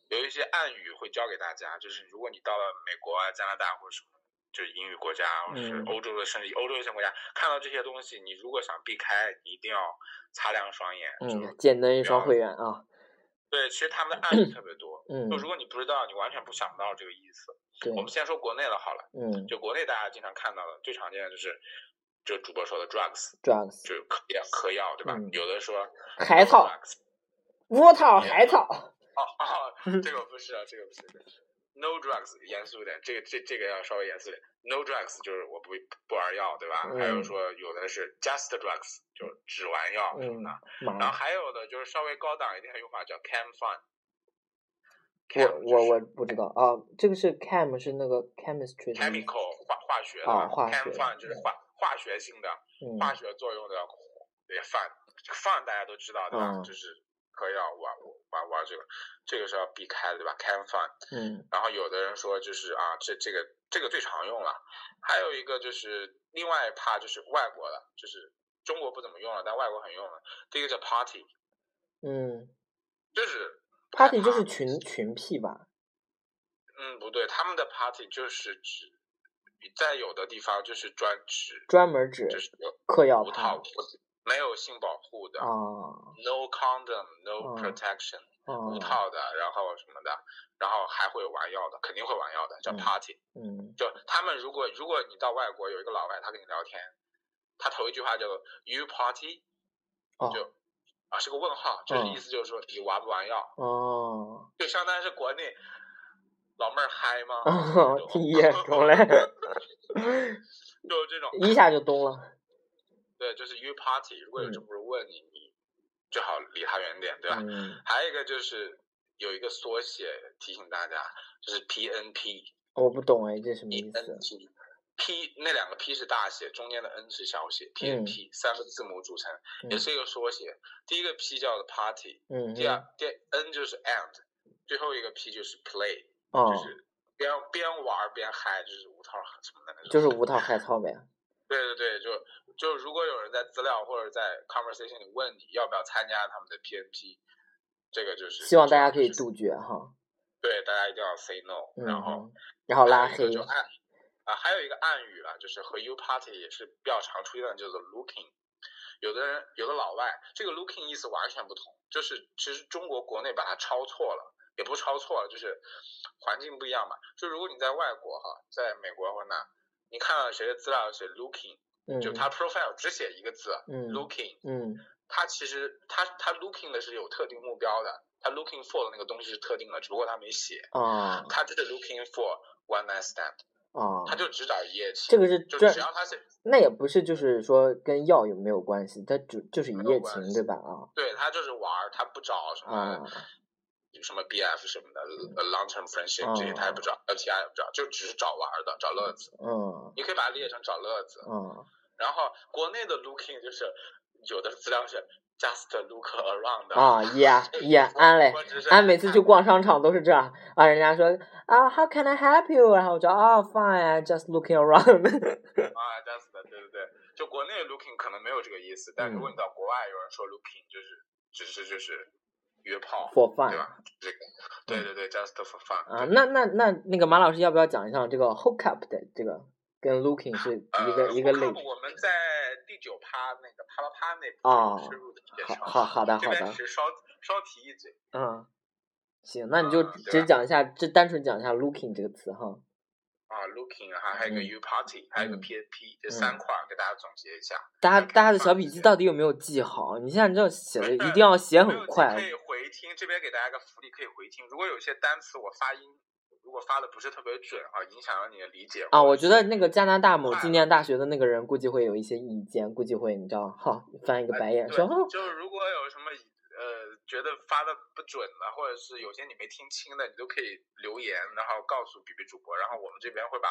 [SPEAKER 4] 有一些暗语会教给大家，就是如果你到了美国啊、加拿大或者什么，就是英语国家，啊或者是
[SPEAKER 3] 嗯
[SPEAKER 4] 欧洲的，甚至欧洲一些国家，看到这些东西，你如果想避开，你一定要擦亮双眼。就是
[SPEAKER 3] 嗯，简单一双
[SPEAKER 4] 要
[SPEAKER 3] 会员啊，
[SPEAKER 4] 对，其实他们的暗语特别多。
[SPEAKER 3] 嗯
[SPEAKER 4] 就，如果你不知道，你完全不想到这个意思。
[SPEAKER 3] 对
[SPEAKER 4] 我，们先说国内的好了，
[SPEAKER 3] 嗯
[SPEAKER 4] 就国内大家经常看到的最常见的就是，就主播说的 drugs，
[SPEAKER 3] ，drugs，
[SPEAKER 4] 就是嗑药嗑药对吧？
[SPEAKER 3] 嗯
[SPEAKER 4] 有的说
[SPEAKER 3] 海草、
[SPEAKER 4] drugs
[SPEAKER 3] 葡萄、海草，
[SPEAKER 4] 哦
[SPEAKER 3] <laughs>
[SPEAKER 4] 哦，这个不是啊，这个不是。这个不是 No drugs，严肃点，这个这这个要稍微严肃点。No drugs 就是我不不玩药，对吧？还有
[SPEAKER 3] 嗯
[SPEAKER 4] 说有的是 just drugs，就是只玩药什么
[SPEAKER 3] 嗯
[SPEAKER 4] 的。，
[SPEAKER 3] 妈
[SPEAKER 4] 然后
[SPEAKER 3] 呀，
[SPEAKER 4] 还有的就是稍微高档一点的用法叫 cam fun， Chem
[SPEAKER 3] 我
[SPEAKER 4] 就
[SPEAKER 3] 我
[SPEAKER 4] 是
[SPEAKER 3] 我不知道啊，这个是 chem 是那个 chemistry 的意思
[SPEAKER 4] chemical 化化学的
[SPEAKER 3] 啊化
[SPEAKER 4] chem
[SPEAKER 3] 学
[SPEAKER 4] fun 就是化化学性的
[SPEAKER 3] 嗯
[SPEAKER 4] 化学作用的也 fun 这个 fun 大家都知道对吧？
[SPEAKER 3] 嗯
[SPEAKER 4] 就是可以要玩玩玩这个，这个是要避开的对吧？chem fun，
[SPEAKER 3] 嗯
[SPEAKER 4] 然后有的人说就是啊，这这个这个最常用了，还有一个就是另外一趴就是外国的，就是中国不怎么用了，但外国很用了，这个叫 party，
[SPEAKER 3] 嗯
[SPEAKER 4] 就是
[SPEAKER 3] ，party 就是
[SPEAKER 4] 害怕
[SPEAKER 3] 群群 P 吧？
[SPEAKER 4] 嗯不对，他们的 party 就是指在有的地方就是专指
[SPEAKER 3] 专门指
[SPEAKER 4] 就是有
[SPEAKER 3] 嗑药
[SPEAKER 4] 无
[SPEAKER 3] 派
[SPEAKER 4] 套不没有性保护的、
[SPEAKER 3] 啊
[SPEAKER 4] n o condom no
[SPEAKER 3] 嗯
[SPEAKER 4] protection，、无
[SPEAKER 3] 啊，
[SPEAKER 4] 套的，然后什么的，然后还会有玩药的，肯定会玩药的，叫
[SPEAKER 3] 嗯
[SPEAKER 4] party。
[SPEAKER 3] 嗯
[SPEAKER 4] 就他们如果如果你到外国有一个老外，他跟你聊天，他头一句话就 you party
[SPEAKER 3] 哦
[SPEAKER 4] 就啊是个问号，就是
[SPEAKER 3] 嗯
[SPEAKER 4] 意思就是说你玩不玩药，
[SPEAKER 3] 哦，
[SPEAKER 4] 就相当于是国内老妹儿嗨
[SPEAKER 3] <laughs>
[SPEAKER 4] 吗？
[SPEAKER 3] 哦
[SPEAKER 4] 这种 <laughs>
[SPEAKER 3] 也懂嘞，
[SPEAKER 4] 就这种
[SPEAKER 3] 一下就懂了。
[SPEAKER 4] 对，就是 you party。如果有
[SPEAKER 3] 嗯
[SPEAKER 4] 这么人问你，你最好离他远点，对吧？啊
[SPEAKER 3] 嗯
[SPEAKER 4] 还有一个就是有一个缩写提醒大家，就是 PNP，PNP
[SPEAKER 3] 我不懂哎，这什么意思？
[SPEAKER 4] P 那两个 P 是大写，中间的 N 是小写，PNP、三个字母组成，
[SPEAKER 3] 嗯
[SPEAKER 4] 也是一个缩写。第一个 P 叫做 party，
[SPEAKER 3] 嗯
[SPEAKER 4] 第二
[SPEAKER 3] 哼，
[SPEAKER 4] 第 N 就是 and，最后一个 P 就是 play，、
[SPEAKER 3] 哦
[SPEAKER 4] 就，是边边玩边嗨，就是无套什么的那种。
[SPEAKER 3] 就是无套海草呗。
[SPEAKER 4] 对对对，就就如果有人在资料或者在 conversation 里问你要不要参加他们的 PNP，这个就是
[SPEAKER 3] 希望大家可以
[SPEAKER 4] 就是
[SPEAKER 3] 杜绝哈。
[SPEAKER 4] 对大家一定要 say no，、
[SPEAKER 3] 嗯
[SPEAKER 4] 然后
[SPEAKER 3] 哼，然后拉
[SPEAKER 4] 还
[SPEAKER 3] 黑
[SPEAKER 4] 有一个。就暗啊，还有一个暗语啦，就是和 U party 也是比较常出现的，叫做 looking。有的人有的老外，这个 looking 意思完全不同，就是其实中国国内把它抄错了，也不是抄错了，就是环境不一样嘛。就如果你在外国哈，在美国或那，你看到谁的资料写 looking，
[SPEAKER 3] 嗯
[SPEAKER 4] 就他 profile 只写一个字、
[SPEAKER 3] 嗯
[SPEAKER 4] looking，
[SPEAKER 3] 嗯
[SPEAKER 4] 他其实他他 looking 的是有特定目标的，他 looking for 的那个东西是特定的，只不过他没写，
[SPEAKER 3] 啊
[SPEAKER 4] 他就是 looking for one night stand。
[SPEAKER 3] 啊，
[SPEAKER 4] 他就只找一夜情，
[SPEAKER 3] 这个是
[SPEAKER 4] 就
[SPEAKER 3] 专
[SPEAKER 4] 只要他是
[SPEAKER 3] 那也不是就是说跟药有没有关系，它就就是一
[SPEAKER 4] 没有
[SPEAKER 3] 夜
[SPEAKER 4] 关
[SPEAKER 3] 情
[SPEAKER 4] 系
[SPEAKER 3] 对吧？啊
[SPEAKER 4] 对他就是玩儿，他不找什
[SPEAKER 3] 啊
[SPEAKER 4] 么、什么 BF 什么的、long 呃 term friendship 这些
[SPEAKER 3] 嗯
[SPEAKER 4] 他也不找，LTI 也不找，就只是找玩儿的，找乐子。
[SPEAKER 3] 嗯
[SPEAKER 4] 你可以把它理解成找乐子。
[SPEAKER 3] 嗯
[SPEAKER 4] 然后国内的 looking 就是有的资料是 just look around，、
[SPEAKER 3] 啊也也安嘞。
[SPEAKER 4] 我只是
[SPEAKER 3] 俺每次去逛商场都是这样啊，人家说啊，How can I help you？然后我就啊，Fine，I just looking around <laughs>
[SPEAKER 4] 啊，just 的，对对对，就国内 looking 可能没有这个意思，但
[SPEAKER 3] 嗯
[SPEAKER 4] 如果你到国外有人说 looking，就是只是就是约炮，
[SPEAKER 3] for
[SPEAKER 4] 对
[SPEAKER 3] fun
[SPEAKER 4] 吧？这个，对对对，just for fun
[SPEAKER 3] 啊。那那那那个马老师要不要讲一下这个 hookup 的这个跟 looking 是一个、
[SPEAKER 4] 呃
[SPEAKER 3] 一个类
[SPEAKER 4] Hookup
[SPEAKER 3] 别？
[SPEAKER 4] 我们在第九趴那个啪啪啪那部
[SPEAKER 3] 哦
[SPEAKER 4] 分深入的介
[SPEAKER 3] 好
[SPEAKER 4] 绍，
[SPEAKER 3] 好好的
[SPEAKER 4] 这
[SPEAKER 3] 好的
[SPEAKER 4] 边，只是稍稍提一嘴。
[SPEAKER 3] 嗯，行，那你就
[SPEAKER 4] 嗯对
[SPEAKER 3] 只
[SPEAKER 4] 吧
[SPEAKER 3] 讲一下，只单纯讲一下 looking 这个词哈。
[SPEAKER 4] 啊，looking 还还有一个
[SPEAKER 3] 嗯
[SPEAKER 4] U party，还有一个
[SPEAKER 3] 嗯
[SPEAKER 4] PNP，这三块儿给大家总结一下。
[SPEAKER 3] 大家
[SPEAKER 4] 嗯
[SPEAKER 3] 大家的小笔记到底有没有记好？你现在这写的一定要写
[SPEAKER 4] 呃没有
[SPEAKER 3] 很
[SPEAKER 4] 记
[SPEAKER 3] 快啊
[SPEAKER 4] 可。以回听，这边给大家个福利，可以回听。如果有些单词我发音如果发的不是特别准啊，影响了你的理解
[SPEAKER 3] 啊，
[SPEAKER 4] 或
[SPEAKER 3] 我
[SPEAKER 4] 者
[SPEAKER 3] 觉
[SPEAKER 4] 是
[SPEAKER 3] 得那个加拿大某
[SPEAKER 4] 快
[SPEAKER 3] 纪
[SPEAKER 4] 了
[SPEAKER 3] 念大学的那个人估计会有一些意见，估计会你知道，哈，翻一个
[SPEAKER 4] 呃
[SPEAKER 3] 白眼
[SPEAKER 4] 对
[SPEAKER 3] 说，哦
[SPEAKER 4] 就是如果有什么呃觉得发的不准的，或者是有些你没听清的，你都可以留言，然后告诉比比主播，然后我们这边会把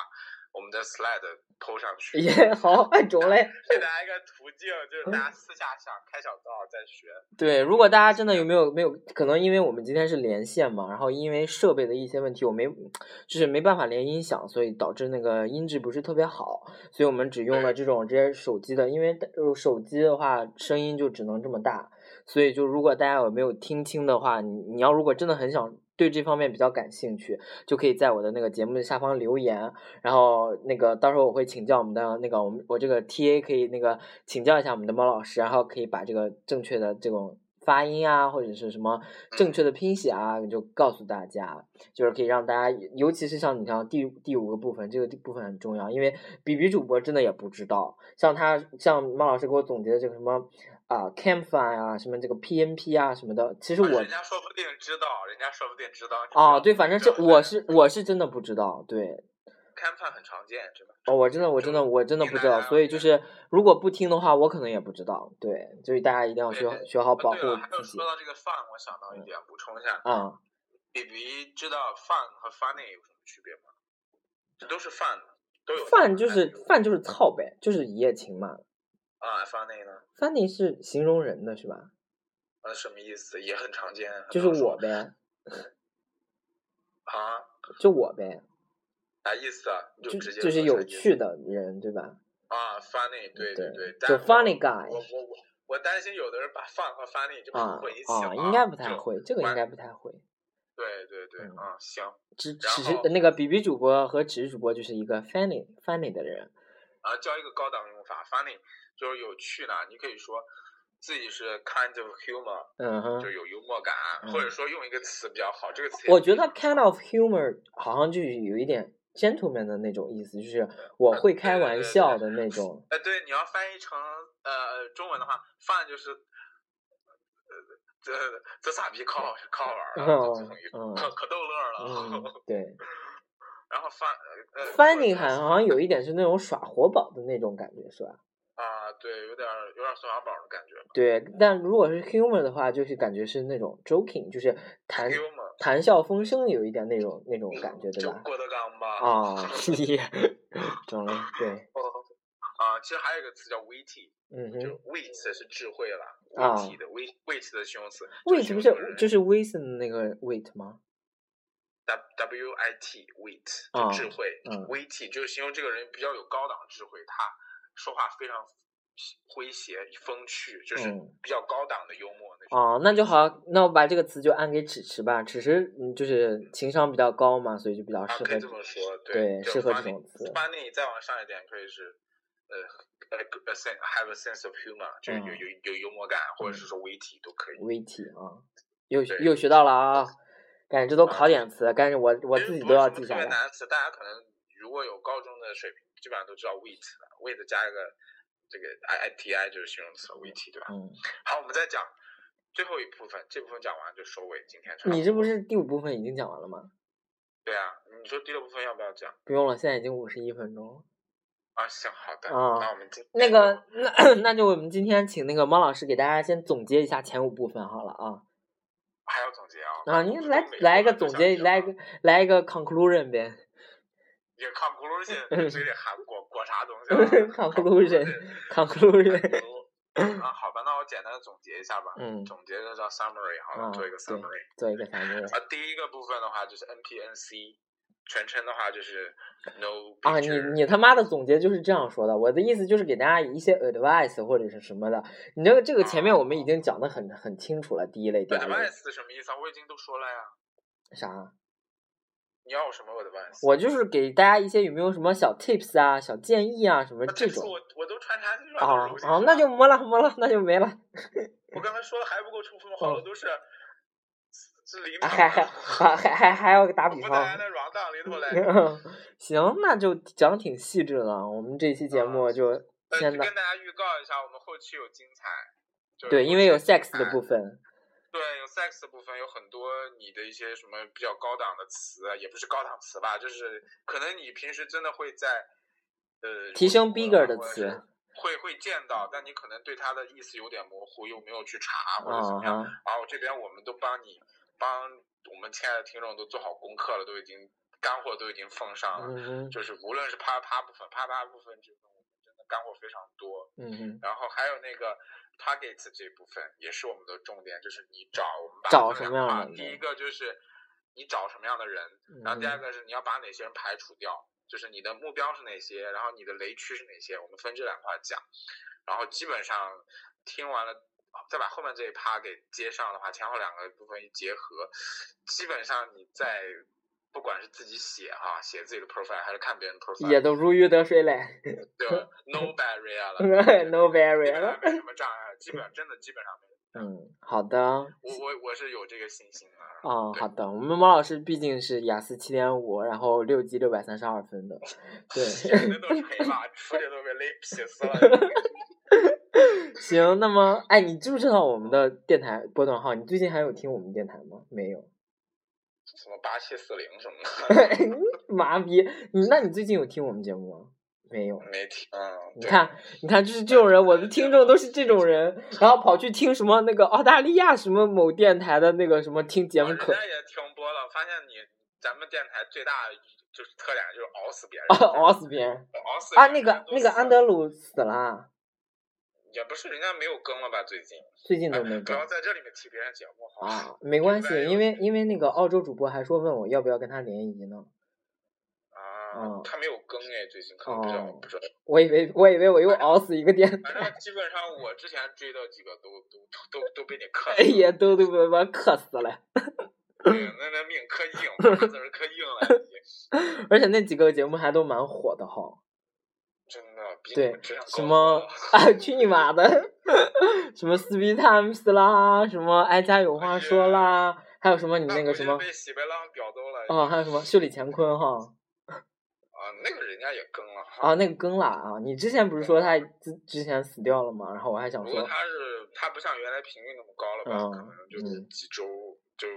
[SPEAKER 4] 我们的 slide 抛上去，
[SPEAKER 3] 也好，哎，中嘞。
[SPEAKER 4] 给大家一个途径，就是大家私下想开小灶再学。
[SPEAKER 3] 对，如果大家真的有没有没有可能，因为我们今天是连线嘛，然后因为设备的一些问题，我没就是没办法连音响，所以导致那个音质不是特别好，所以我们只用了这种直接手机的，因为呃手机的话声音就只能这么大，所以就如果大家有没有听清的话，你你要如果真的很想对这方面比较感兴趣，就可以在我的那个节目的下方留言，然后那个到时候我会请教我们的那个我们我这个 T A 可以那个请教一下我们的猫老师，然后可以把这个正确的这种发音啊或者是什么正确的拼写啊，你就告诉大家，就是可以让大家，尤其是像你像第第五个部分，这个部分很重要，因为比比主播真的也不知道，像他像猫老师给我总结的这个什么。啊 c a m f i 啊，什么这个 PNP 啊什么的，其实我
[SPEAKER 4] 人家说不定知道，人家说不定知道。
[SPEAKER 3] 哦，对，反正是
[SPEAKER 4] 这
[SPEAKER 3] 我是我是真的不知道，对，
[SPEAKER 4] 看饭很常见，真的。啊
[SPEAKER 3] 哦，我真的我真的我真的
[SPEAKER 4] 你
[SPEAKER 3] 不
[SPEAKER 4] 来
[SPEAKER 3] 知道，
[SPEAKER 4] 来
[SPEAKER 3] 所以
[SPEAKER 4] 我
[SPEAKER 3] 就
[SPEAKER 4] 觉
[SPEAKER 3] 是如果不听的话，我可能也不知道，对，所以大家一定要
[SPEAKER 4] 对
[SPEAKER 3] 学
[SPEAKER 4] 对
[SPEAKER 3] 学好
[SPEAKER 4] 哦
[SPEAKER 3] 保护
[SPEAKER 4] 对了，还有
[SPEAKER 3] 自己
[SPEAKER 4] 说到这个饭，我想到一点补充一下，
[SPEAKER 3] 啊，
[SPEAKER 4] B B 知道 fun 和 funny 有什么区别吗？这都是 fun，都有
[SPEAKER 3] 饭就是
[SPEAKER 4] fun
[SPEAKER 3] 饭就是操呗，就是一夜情嘛。
[SPEAKER 4] 啊，funny 呢？
[SPEAKER 3] funny 是形容人的是吧？
[SPEAKER 4] 啊，什么意思？也很常见。很
[SPEAKER 3] 就
[SPEAKER 4] 多
[SPEAKER 3] 是
[SPEAKER 4] 人说
[SPEAKER 3] 我呗，
[SPEAKER 4] 啊，
[SPEAKER 3] 就我呗，
[SPEAKER 4] 啥意思啊？你
[SPEAKER 3] 就
[SPEAKER 4] 直接
[SPEAKER 3] 就是
[SPEAKER 4] 说
[SPEAKER 3] 有
[SPEAKER 4] 啥意思
[SPEAKER 3] 趣的人对吧？
[SPEAKER 4] 啊，funny，对
[SPEAKER 3] 对
[SPEAKER 4] 对，
[SPEAKER 3] 就
[SPEAKER 4] 但
[SPEAKER 3] funny
[SPEAKER 4] 我
[SPEAKER 3] guy
[SPEAKER 4] 我我我担心有的人把 fun 和 funny 就
[SPEAKER 3] 啊
[SPEAKER 4] 混一起
[SPEAKER 3] 啊，
[SPEAKER 4] 了，
[SPEAKER 3] 应该不太
[SPEAKER 4] 就
[SPEAKER 3] 会，这个应
[SPEAKER 4] 完
[SPEAKER 3] 该不太会。
[SPEAKER 4] 对对对
[SPEAKER 3] 嗯
[SPEAKER 4] 啊，行
[SPEAKER 3] 只
[SPEAKER 4] 然
[SPEAKER 3] 只是
[SPEAKER 4] 后
[SPEAKER 3] 那个 B B 主播和只是主播就是一个 funny funny 的人，
[SPEAKER 4] 啊，教一个高档用法，funny 就是有趣呢，你可以说自己是 kind of humor，
[SPEAKER 3] 嗯哼
[SPEAKER 4] 就。有幽默感，
[SPEAKER 3] 嗯
[SPEAKER 4] 或者说用一个词比较好，这个词也
[SPEAKER 3] 我
[SPEAKER 4] 不
[SPEAKER 3] 觉
[SPEAKER 4] 一
[SPEAKER 3] 得
[SPEAKER 4] 定
[SPEAKER 3] kind of humor 好像就是有一点 gentleman 的那种意思，就是我会开玩笑的那种。
[SPEAKER 4] 呃，对，你要翻译成呃中文的话，fun 就是呃这这傻逼可好可好玩儿了，这这种意思
[SPEAKER 3] 嗯
[SPEAKER 4] 可可逗乐儿
[SPEAKER 3] 嗯
[SPEAKER 4] 了。，
[SPEAKER 3] 对
[SPEAKER 4] <laughs> 然后 fun 呃呃
[SPEAKER 3] ，funny
[SPEAKER 4] 或者
[SPEAKER 3] 好像好像有一点是那种耍活宝的那种感觉，是吧？
[SPEAKER 4] 啊，对，有点儿有点儿宋小宝的感觉吧。
[SPEAKER 3] 对，但如果是 humor 的话，就是感觉是那种 joking，就是谈
[SPEAKER 4] humor
[SPEAKER 3] 谈笑风生，有一点那种那种感觉，对
[SPEAKER 4] 就
[SPEAKER 3] 吧？
[SPEAKER 4] 郭德纲吧。
[SPEAKER 3] 啊， <laughs> 耶，懂了，对，
[SPEAKER 4] 啊，其实还有一个词叫 witty，
[SPEAKER 3] 嗯
[SPEAKER 4] 就
[SPEAKER 3] 哼
[SPEAKER 4] wit 是智慧了
[SPEAKER 3] 啊
[SPEAKER 4] ，witty 的 wit wit 的形容词。
[SPEAKER 3] ，wait 不
[SPEAKER 4] 形容
[SPEAKER 3] 是
[SPEAKER 4] 人
[SPEAKER 3] 就是 Wilson 那个 wait 吗？
[SPEAKER 4] W I T wit
[SPEAKER 3] 啊
[SPEAKER 4] 就智慧、
[SPEAKER 3] 嗯
[SPEAKER 4] w i t y 就是形容这个人比较有高档智慧，他说话非常诙谐风趣，就是
[SPEAKER 3] 嗯
[SPEAKER 4] 比较高档的幽默那种。啊
[SPEAKER 3] 哦，那就好，那我把这个词就按给迟迟吧。迟迟嗯，就是情商比较高嘛，所以就比较
[SPEAKER 4] 啊，
[SPEAKER 3] 适
[SPEAKER 4] 可以这
[SPEAKER 3] 合
[SPEAKER 4] 么说，
[SPEAKER 3] 对
[SPEAKER 4] 就
[SPEAKER 3] 适合这
[SPEAKER 4] funny-
[SPEAKER 3] 种词
[SPEAKER 4] Funny 再往上一点可以是，呃呃，a sen- have a sense of humor，就是有
[SPEAKER 3] 嗯
[SPEAKER 4] 有有幽默感，或者是说 witty 都可以。
[SPEAKER 3] witty 啊。又
[SPEAKER 4] 对啊
[SPEAKER 3] 又学到了啊，感觉这都考点词，但是我我
[SPEAKER 4] 其实
[SPEAKER 3] 自己
[SPEAKER 4] 不
[SPEAKER 3] 都
[SPEAKER 4] 是
[SPEAKER 3] 要
[SPEAKER 4] 什么
[SPEAKER 3] 记
[SPEAKER 4] 特
[SPEAKER 3] 下
[SPEAKER 4] 别
[SPEAKER 3] 来。
[SPEAKER 4] 难的词，大家可能如果有高中的水平，基本上都知道 wit wit 加一个这个 i i t i 就是形容词 wit 对吧？
[SPEAKER 3] 嗯，
[SPEAKER 4] 好，我们再讲最后一部分，这部分讲完就收尾。今天差多
[SPEAKER 3] 你这不是第五部分已经讲完了吗？
[SPEAKER 4] 对啊？你说第六部分要不要讲
[SPEAKER 3] 不用了，现在已经五十一分钟了。
[SPEAKER 4] 啊？行，好的，
[SPEAKER 3] 啊
[SPEAKER 4] 那我们今天
[SPEAKER 3] 那个，那那就我们今天请那个猫老师给大家先总结一下前五部分好了啊。
[SPEAKER 4] 还要总结啊？
[SPEAKER 3] 啊，您来来一个总结，来一个来一个 conclusion 呗。
[SPEAKER 4] 也 conclusion，
[SPEAKER 3] 嗯
[SPEAKER 4] 嘴里含裹裹啥
[SPEAKER 3] <laughs>
[SPEAKER 4] 东西啊
[SPEAKER 3] conclusion，conclusion， <laughs>
[SPEAKER 4] 啊，好吧，那我简单的总结一下吧。
[SPEAKER 3] 嗯
[SPEAKER 4] 总结的叫 summary，好
[SPEAKER 3] 啊
[SPEAKER 4] 了，做一个
[SPEAKER 3] 对
[SPEAKER 4] summary。
[SPEAKER 3] 做一个反正。
[SPEAKER 4] 啊，第一个部分的话就是 NPNC，全称的话就是 No <laughs>
[SPEAKER 3] 啊，你
[SPEAKER 4] Picture
[SPEAKER 3] 你他妈的总结就是这样说的。我的意思就是给大家一些 advice 或者是什么的。你这个这个前面我们已经讲的很很清楚了，第一类、第二类
[SPEAKER 4] Advice 是什么意思啊？我已经都说了呀。
[SPEAKER 3] 啥，
[SPEAKER 4] 你要有什么 Advice？
[SPEAKER 3] 我就是给大家一些有没有什么小 tips 啊、小建议啊什么
[SPEAKER 4] 那
[SPEAKER 3] 这
[SPEAKER 4] 这次
[SPEAKER 3] 种
[SPEAKER 4] 我我都穿插进去了，
[SPEAKER 3] 啊
[SPEAKER 4] 都是柔性
[SPEAKER 3] 啊
[SPEAKER 4] 是，吧
[SPEAKER 3] 那就没了没了，那就没了。啊
[SPEAKER 4] 我刚才说的还不够充分吗？
[SPEAKER 3] 嗯
[SPEAKER 4] 好多都是是零头
[SPEAKER 3] 啊，还还 <laughs> 还还还还要打
[SPEAKER 4] 我
[SPEAKER 3] 比
[SPEAKER 4] 不
[SPEAKER 3] 方
[SPEAKER 4] 带。那 round down 零
[SPEAKER 3] <laughs>
[SPEAKER 4] 头来。
[SPEAKER 3] 行，那就讲挺细致了。啊我们这期
[SPEAKER 4] 啊
[SPEAKER 3] 节目就
[SPEAKER 4] 呃，
[SPEAKER 3] 先
[SPEAKER 4] 跟
[SPEAKER 3] 到
[SPEAKER 4] 大家预告一下，我们后期有精彩。就是
[SPEAKER 3] 对，
[SPEAKER 4] 后
[SPEAKER 3] 因为有
[SPEAKER 4] 期精
[SPEAKER 3] sex 的
[SPEAKER 4] 彩
[SPEAKER 3] 部分，
[SPEAKER 4] <clears throat> 对，有 sex 的部分有很多你的一些什么比较高档的词，啊也不是高档词吧，就是可能你平时真的会在呃
[SPEAKER 3] 提升
[SPEAKER 4] 如果
[SPEAKER 3] bigger 的
[SPEAKER 4] 或者
[SPEAKER 3] 词啊
[SPEAKER 4] 是会会见到，但你可能对它的意思有点模糊，又没有去查或者怎
[SPEAKER 3] 啊
[SPEAKER 4] 么样。
[SPEAKER 3] 哈。
[SPEAKER 4] 然后这边我们都帮你帮我们亲爱的听众都做好功课了，都已经干货都已经奉上了，
[SPEAKER 3] 嗯哼，
[SPEAKER 4] 就是无论是啪啪部分、啪啪部分这种，我们真的干货非常多。
[SPEAKER 3] 嗯哼，
[SPEAKER 4] 然后还有那个 targets 这部分也是我们的重点，就是你找我们把
[SPEAKER 3] 找
[SPEAKER 4] 它分
[SPEAKER 3] 什
[SPEAKER 4] 两
[SPEAKER 3] 么样的
[SPEAKER 4] 块儿
[SPEAKER 3] 人
[SPEAKER 4] 第一个就是你找什么样的人，
[SPEAKER 3] 嗯
[SPEAKER 4] 然后第二个是你要把哪些人排除掉，就是你的目标是哪些，然后你的雷区是哪些，我们分这两块儿讲。然后基本上听完了，再把后面这一趴给接上的话，前后两个部分一结合，基本上你在不管是自己写哈、写自己的 profile 还是看别人的 profile，
[SPEAKER 3] 也都如鱼得水嘞
[SPEAKER 4] <laughs>
[SPEAKER 3] <laughs>
[SPEAKER 4] 就 no barrier 了
[SPEAKER 3] ，no
[SPEAKER 4] 基
[SPEAKER 3] barrier
[SPEAKER 4] 本上
[SPEAKER 3] 了。
[SPEAKER 4] 没什么障碍，
[SPEAKER 3] <laughs>
[SPEAKER 4] 基本上真的基本上没。
[SPEAKER 3] 嗯，好的，
[SPEAKER 4] 我我我是有这个信心的。
[SPEAKER 3] 啊，
[SPEAKER 4] 对
[SPEAKER 3] 好的，我们猫老师毕竟是雅思七点五，然后六级六百三十二分
[SPEAKER 4] <laughs>
[SPEAKER 3] 的，对， <laughs>
[SPEAKER 4] 那都是黑马，出去都被勒皮死了。
[SPEAKER 3] 行，那么，哎，你知不知道我们的电台波段号？你最近还有听我们电台吗？没有， <laughs>
[SPEAKER 4] 什么八七四零什么的，
[SPEAKER 3] 麻痹，你那你最近有听我们节目吗？没有。
[SPEAKER 4] 没听，嗯，
[SPEAKER 3] 你
[SPEAKER 4] 对
[SPEAKER 3] 看，你看，就是这种人，我的听众都是这种人，然后跑去听什么那个澳大利亚什么某电台的那个什么听节目
[SPEAKER 4] 哦人
[SPEAKER 3] 可
[SPEAKER 4] 家也停播了，发现你咱们电台最大就是特点就是熬死别人，
[SPEAKER 3] 啊熬死别人
[SPEAKER 4] 熬死
[SPEAKER 3] 啊！
[SPEAKER 4] 别
[SPEAKER 3] 那
[SPEAKER 4] 人
[SPEAKER 3] 个
[SPEAKER 4] 都
[SPEAKER 3] 那个
[SPEAKER 4] 死
[SPEAKER 3] 安德鲁死了，
[SPEAKER 4] 也不是人家没有更了吧？最近
[SPEAKER 3] 最近
[SPEAKER 4] 哎
[SPEAKER 3] 都没
[SPEAKER 4] 不
[SPEAKER 3] 更
[SPEAKER 4] 要在这里面提别人节目好吗？
[SPEAKER 3] 啊，没关系
[SPEAKER 4] 明白，了
[SPEAKER 3] 因为因为那个澳洲主播还说问我要不要跟他联谊呢，
[SPEAKER 4] 啊
[SPEAKER 3] 嗯，
[SPEAKER 4] 他没有更哎，最近可能不知道
[SPEAKER 3] 哦
[SPEAKER 4] 不知道。
[SPEAKER 3] 我以为我以为我又熬死一个电
[SPEAKER 4] 反正基本上我之前追的几个都都都都被你克死
[SPEAKER 3] 台，也
[SPEAKER 4] 了，
[SPEAKER 3] 都都把我渴死了，
[SPEAKER 4] 对那那命可硬，那字儿可硬了，已经
[SPEAKER 3] 而且那几个节目还都蛮火的哈，
[SPEAKER 4] 真的比你
[SPEAKER 3] 对
[SPEAKER 4] 们质量高
[SPEAKER 3] 什么
[SPEAKER 4] 多了
[SPEAKER 3] 啊 <laughs> 去你妈的，什么 Sweet Times 啦，什么爱家有话说啦，还有什么你那
[SPEAKER 4] 那
[SPEAKER 3] 个
[SPEAKER 4] 估
[SPEAKER 3] 什
[SPEAKER 4] 计
[SPEAKER 3] 么。
[SPEAKER 4] 被喜白浪屌揍了
[SPEAKER 3] 哦，还有什么秀里乾坤哈
[SPEAKER 4] 啊，那个人家也更了哈
[SPEAKER 3] 啊，那个更啦啊！你之前不是说他之之前死掉了吗？然后我还想
[SPEAKER 4] 不过
[SPEAKER 3] 说，
[SPEAKER 4] 他是他不像原来频率那么高了吧？
[SPEAKER 3] 嗯
[SPEAKER 4] 可能就是
[SPEAKER 3] 嗯
[SPEAKER 4] 几周，就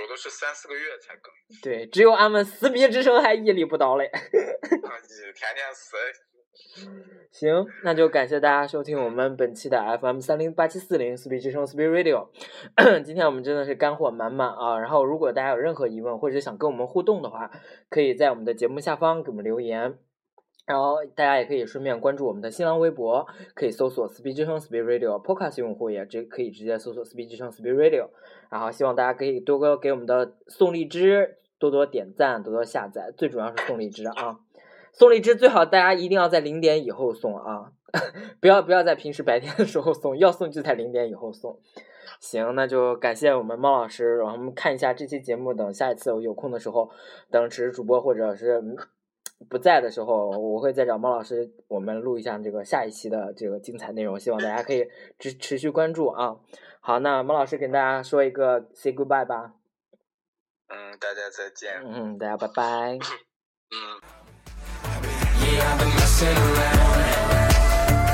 [SPEAKER 4] 有的是三四个月才更一次，
[SPEAKER 3] 对，只有俺们死逼之声还屹立不倒嘞。
[SPEAKER 4] 啊你天天死。
[SPEAKER 3] 行，那就感谢大家收听我们本期的 FM 三零八七四零 Speed 之声 Speed Radio。今天我们真的是干货满满啊！然后如果大家有任何疑问或者想跟我们互动的话，可以在我们的节目下方给我们留言。然后大家也可以顺便关注我们的新浪微博，可以搜索 “Speed 之声 Speed Radio”，Podcast 用户也直可以直接搜索 “Speed 之声 Speed Radio”。然后希望大家可以多多给我们的宋荔枝多多点赞，多多下载，最主要是宋荔枝啊。送荔枝最好大家一定要在零点以后送啊， <laughs> 不要不要在平时白天的时候送，要送就在零点以后送。行，那就感谢我们猫老师，然后我们看一下这期节目，等下一次我有空的时候，等只是主播或者是嗯不在的时候，我会再找猫老师，我们录一下这个下一期的这个精彩内容，希望大家可以持持续关注啊。好，那猫老师跟大家说一个 say goodbye 吧，
[SPEAKER 4] 嗯，大家再见。
[SPEAKER 3] 嗯，大家拜拜。
[SPEAKER 1] Yeah, I've been messing around.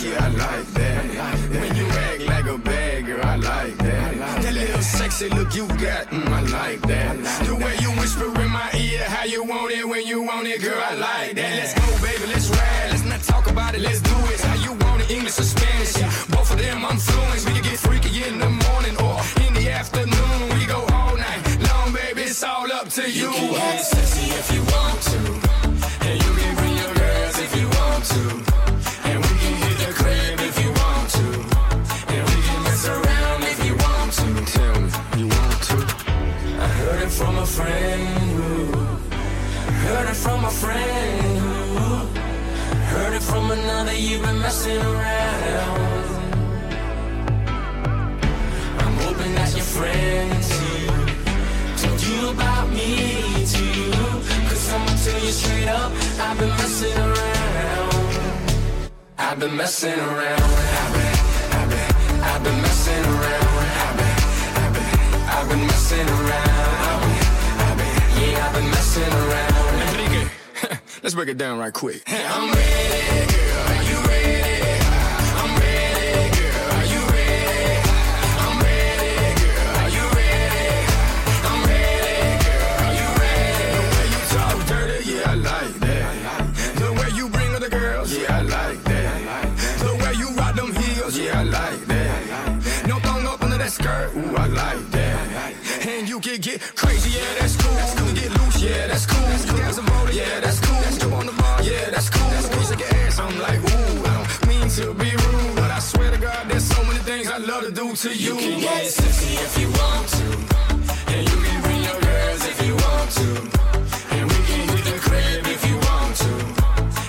[SPEAKER 5] Yeah, I like that. When you act like a bad girl, I like that. That little sexy look you got, mm, I like that. The way you whisper in my ear, how you want it when you want it, girl, I like that. Let's go, baby, let's ride. Let's not talk about it, let's do it. How you want it, English or Spanish? Yeah, both of them, I'm fluent. We can get freaky in the morning or in the afternoon. We go all night long, baby. It's all up to you. You can get sexy if you want to, and you can bring your girls if you want to. And we can hit the crib if you want to. And we can mess around if you want to. Tell me, you want to?
[SPEAKER 1] Heard it from a friend who heard it from a friend who heard it from another. You've been messing around. I'm hoping that your friends who told you about me too. Cause I'ma tell you straight up, I've been messing around. I've been messing around. I've been, I've been, I've been messing around. I've been, I've been, I've been messing around. I've been, I've been, yeah, I've been messing around.
[SPEAKER 5] Enrique, let's break it <laughs> down right quick. talk dirty, yeah, I like that. The way you bring other girls, yeah, I like that. The way you ride them heels, yeah, I like that. No thong up under that skirt, ooh, I like that. And you can get crazy, yeah, that's cool. You can get loose, yeah, that's cool. You got some roller, yeah, that's cool. You on the bar, yeah, that's cool. Piece of ass, I'm like, ooh, I don't mean to be rude, but I swear to God, there's so many things I love to do to you. You can get sexy if you want to, and you can bring your girls if you want to. And we can hit the crib if you want to.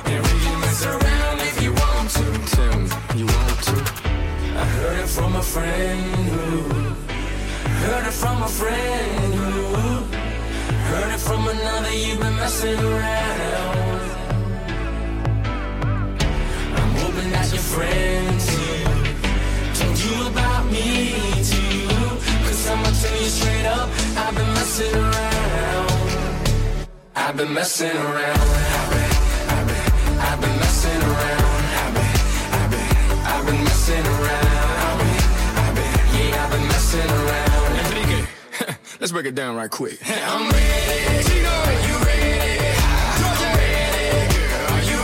[SPEAKER 5] And we can mess around if you want to. Tell me, you want to?
[SPEAKER 1] I heard it from a friend who heard it from a friend who heard it from another. You've been messing around. I'm hoping that your friends who told you about me too. Cause I'ma tell you straight up, I've been messing around. I've been messing around. I've been, I've been, I've been messing around. I've been, I've been, I've been messing around. I've been, I've been, yeah, I've been messing around.
[SPEAKER 5] Enrique, <laughs> let's break it down right quick. I'm ready. Tito, you ready? Georgia, ready.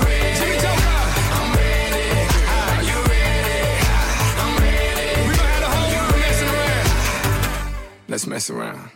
[SPEAKER 5] Let's mess around.